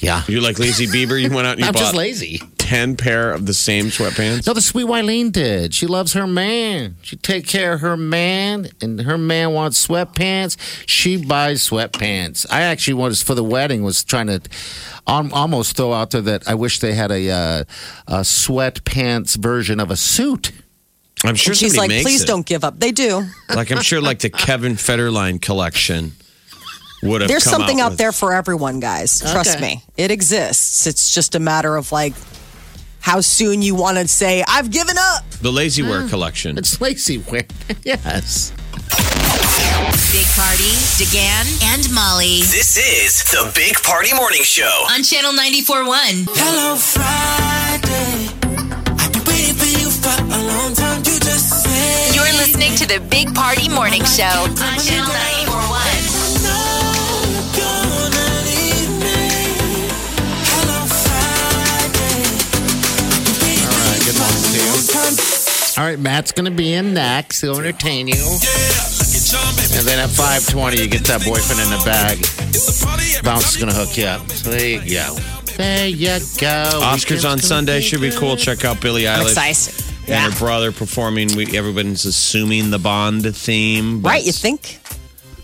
Yeah. You like lazy Bieber? You went out and you I'm bought just lazy. ten pair of the same sweatpants. No, the sweet Wileen did. She loves her man. She take care of her man, and her man wants sweatpants. She buys sweatpants. I actually was for the wedding was trying to um, almost throw out there that I wish they had a uh, a sweatpants version of a suit. I'm sure She's somebody like, makes please it. don't give up. They do. Like I'm sure, like the Kevin Federline collection would have. There's come something out with- there for everyone, guys. Trust me, it exists. It's just a matter of like how soon you want to say, I've given up. The lazy wear Mm. collection. It's lazy wear. yes. Big Party, DeGan, and Molly This is the Big Party Morning Show. on Channel 94.1. Hello Friday. I've been waiting for you for a long time. You just said You're listening to the Big Party Morning Show on Channel 941. no, you're gonna leave me. Hello Friday. I've been waiting for you for a long time. All right, Matt's gonna be in next. He'll entertain you, and then at five twenty, you get that boyfriend in the bag. Bounce is gonna hook you up. So there you go. There you go. Weekend's Oscars on gonna Sunday be should be cool. good. Check out Billie Eilish excited. and her brother performing. We, everyone's assuming the Bond theme, but Right, you think?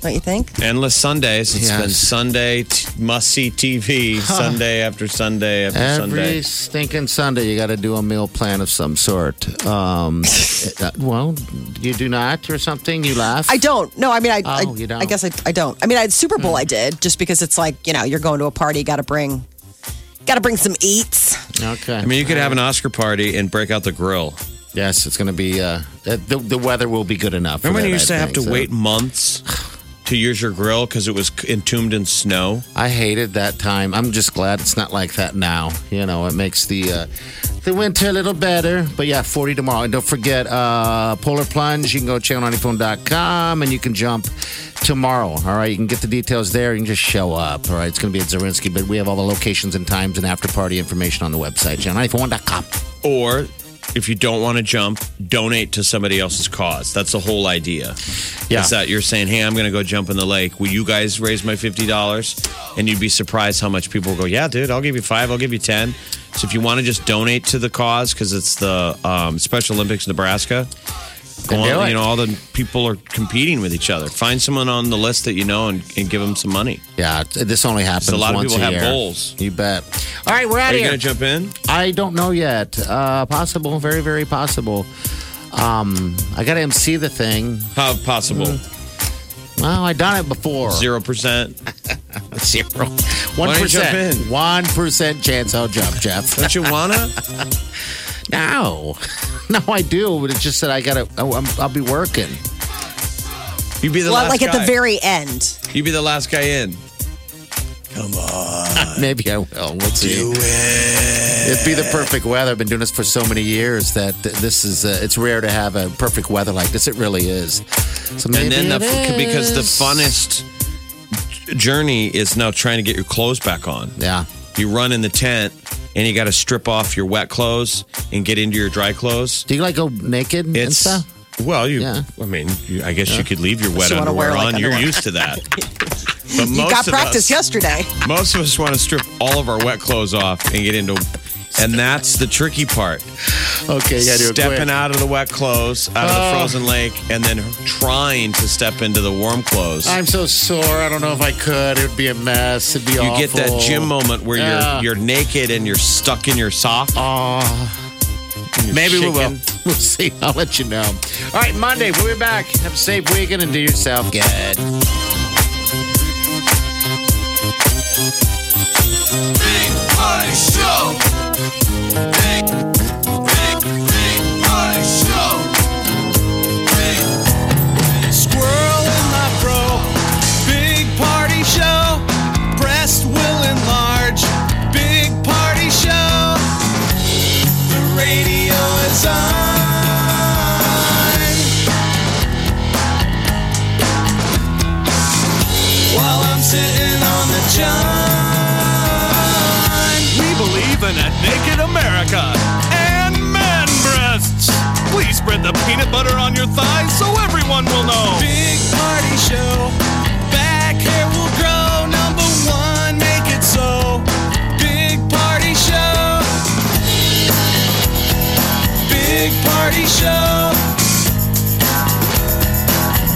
Don't you think? endless Sundays. It's Yes. been Sunday t- must see TV, Sunday after Sunday after Every Sunday. stinking Sunday, you got to do a meal plan of some sort. Um, uh, well, you do not or something. You laugh. I don't. No, I mean, I. Oh, I, you don't. I guess I, I don't. I mean, I had Super Hmm. Bowl. I did just because it's like you know you're going to a party, got to bring, got to bring some eats. Okay. I mean, you could have an Oscar party and break out the grill. yes, it's going to be. Uh, uh, the the weather will be good enough. for Remember when that, you used I to have to think, so. wait months to use your grill because it was entombed in snow? I hated that time. I'm just glad it's not like that now. You know, it makes the uh, the winter a little better. But yeah, 40 tomorrow. And don't forget uh, Polar Plunge. You can go to channel94.com and you can jump tomorrow. All right, you can get the details there. You can just show up. All right, it's going to be at Zarinsky, but we have all the locations and times and after party information on the website, channel94.com. Or if you don't want to jump, donate to somebody else's cause. That's the whole idea. Yeah. Is that you're saying, hey, I'm going to go jump in the lake. Will you guys raise my $50? And you'd be surprised how much people will go, yeah, dude, I'll give you five, I'll give you 10. So if you want to just donate to the cause, because it's the um, Special Olympics Nebraska, go Then do on, it. you know, all the people are competing with each other. Find someone on the list that you know and, and give them some money. Yeah, it's- this only happens lot of once people a have year. goals. You bet. All right, we're out Are of you here. going to jump in? I don't know yet. Uh, possible, very, very possible. Um, I got to MC the thing. How possible? Mm. Well, I done it before. Zero percent. Zero. Why One don't you jump percent. in? One percent chance I'll jump, Jeff. Don't you wanna? no, no, I do. But it's just that I gotta. I, I'm, I'll be working. You'd be the Well, last like at guy. the very end. You'd be the last guy in. Maybe I will. We'll see. Do it. It'd be the perfect weather. I've been doing this for so many years that th- this is. Uh, it's rare to have a perfect weather like this. It really is. So maybe and then the it is. because the funnest journey is now trying to get your clothes back on. Yeah. You run in the tent and you got to strip off your wet clothes and get into your dry clothes. Do you like go naked and It's stuff? well, you. Yeah. I mean, you, I guess you could leave your wet you wanna underwear wear, like, on. You're underwear. used to that. But most You got of practice us, yesterday. most of us want to strip all of our wet clothes off and get into And that's the tricky part. Okay, you gotta do it Stepping quick. out of the wet clothes, out of Oh. the frozen lake, and then trying to step into the warm clothes. I'm so sore. I don't know if I could. It'd be a mess. It'd be you awful. get that gym moment where Yeah. you're you're naked and you're stuck in your sock. Oh. Maybe we will. We'll see. I'll let you know. All right, Monday, we'll be back. Have a safe weekend and do yourself good. Big Party Show. Big, big, big Party Show. Big Squirrel in my bro. Big party show. Breast will enlarge. Big party show. The radio is on. While I'm sitting on the john. We believe in a naked America and man breasts. Please spread the peanut butter on your thighs so everyone will know. Big party show. Back hair will grow. Number one, make it so. Big party show. Big party show.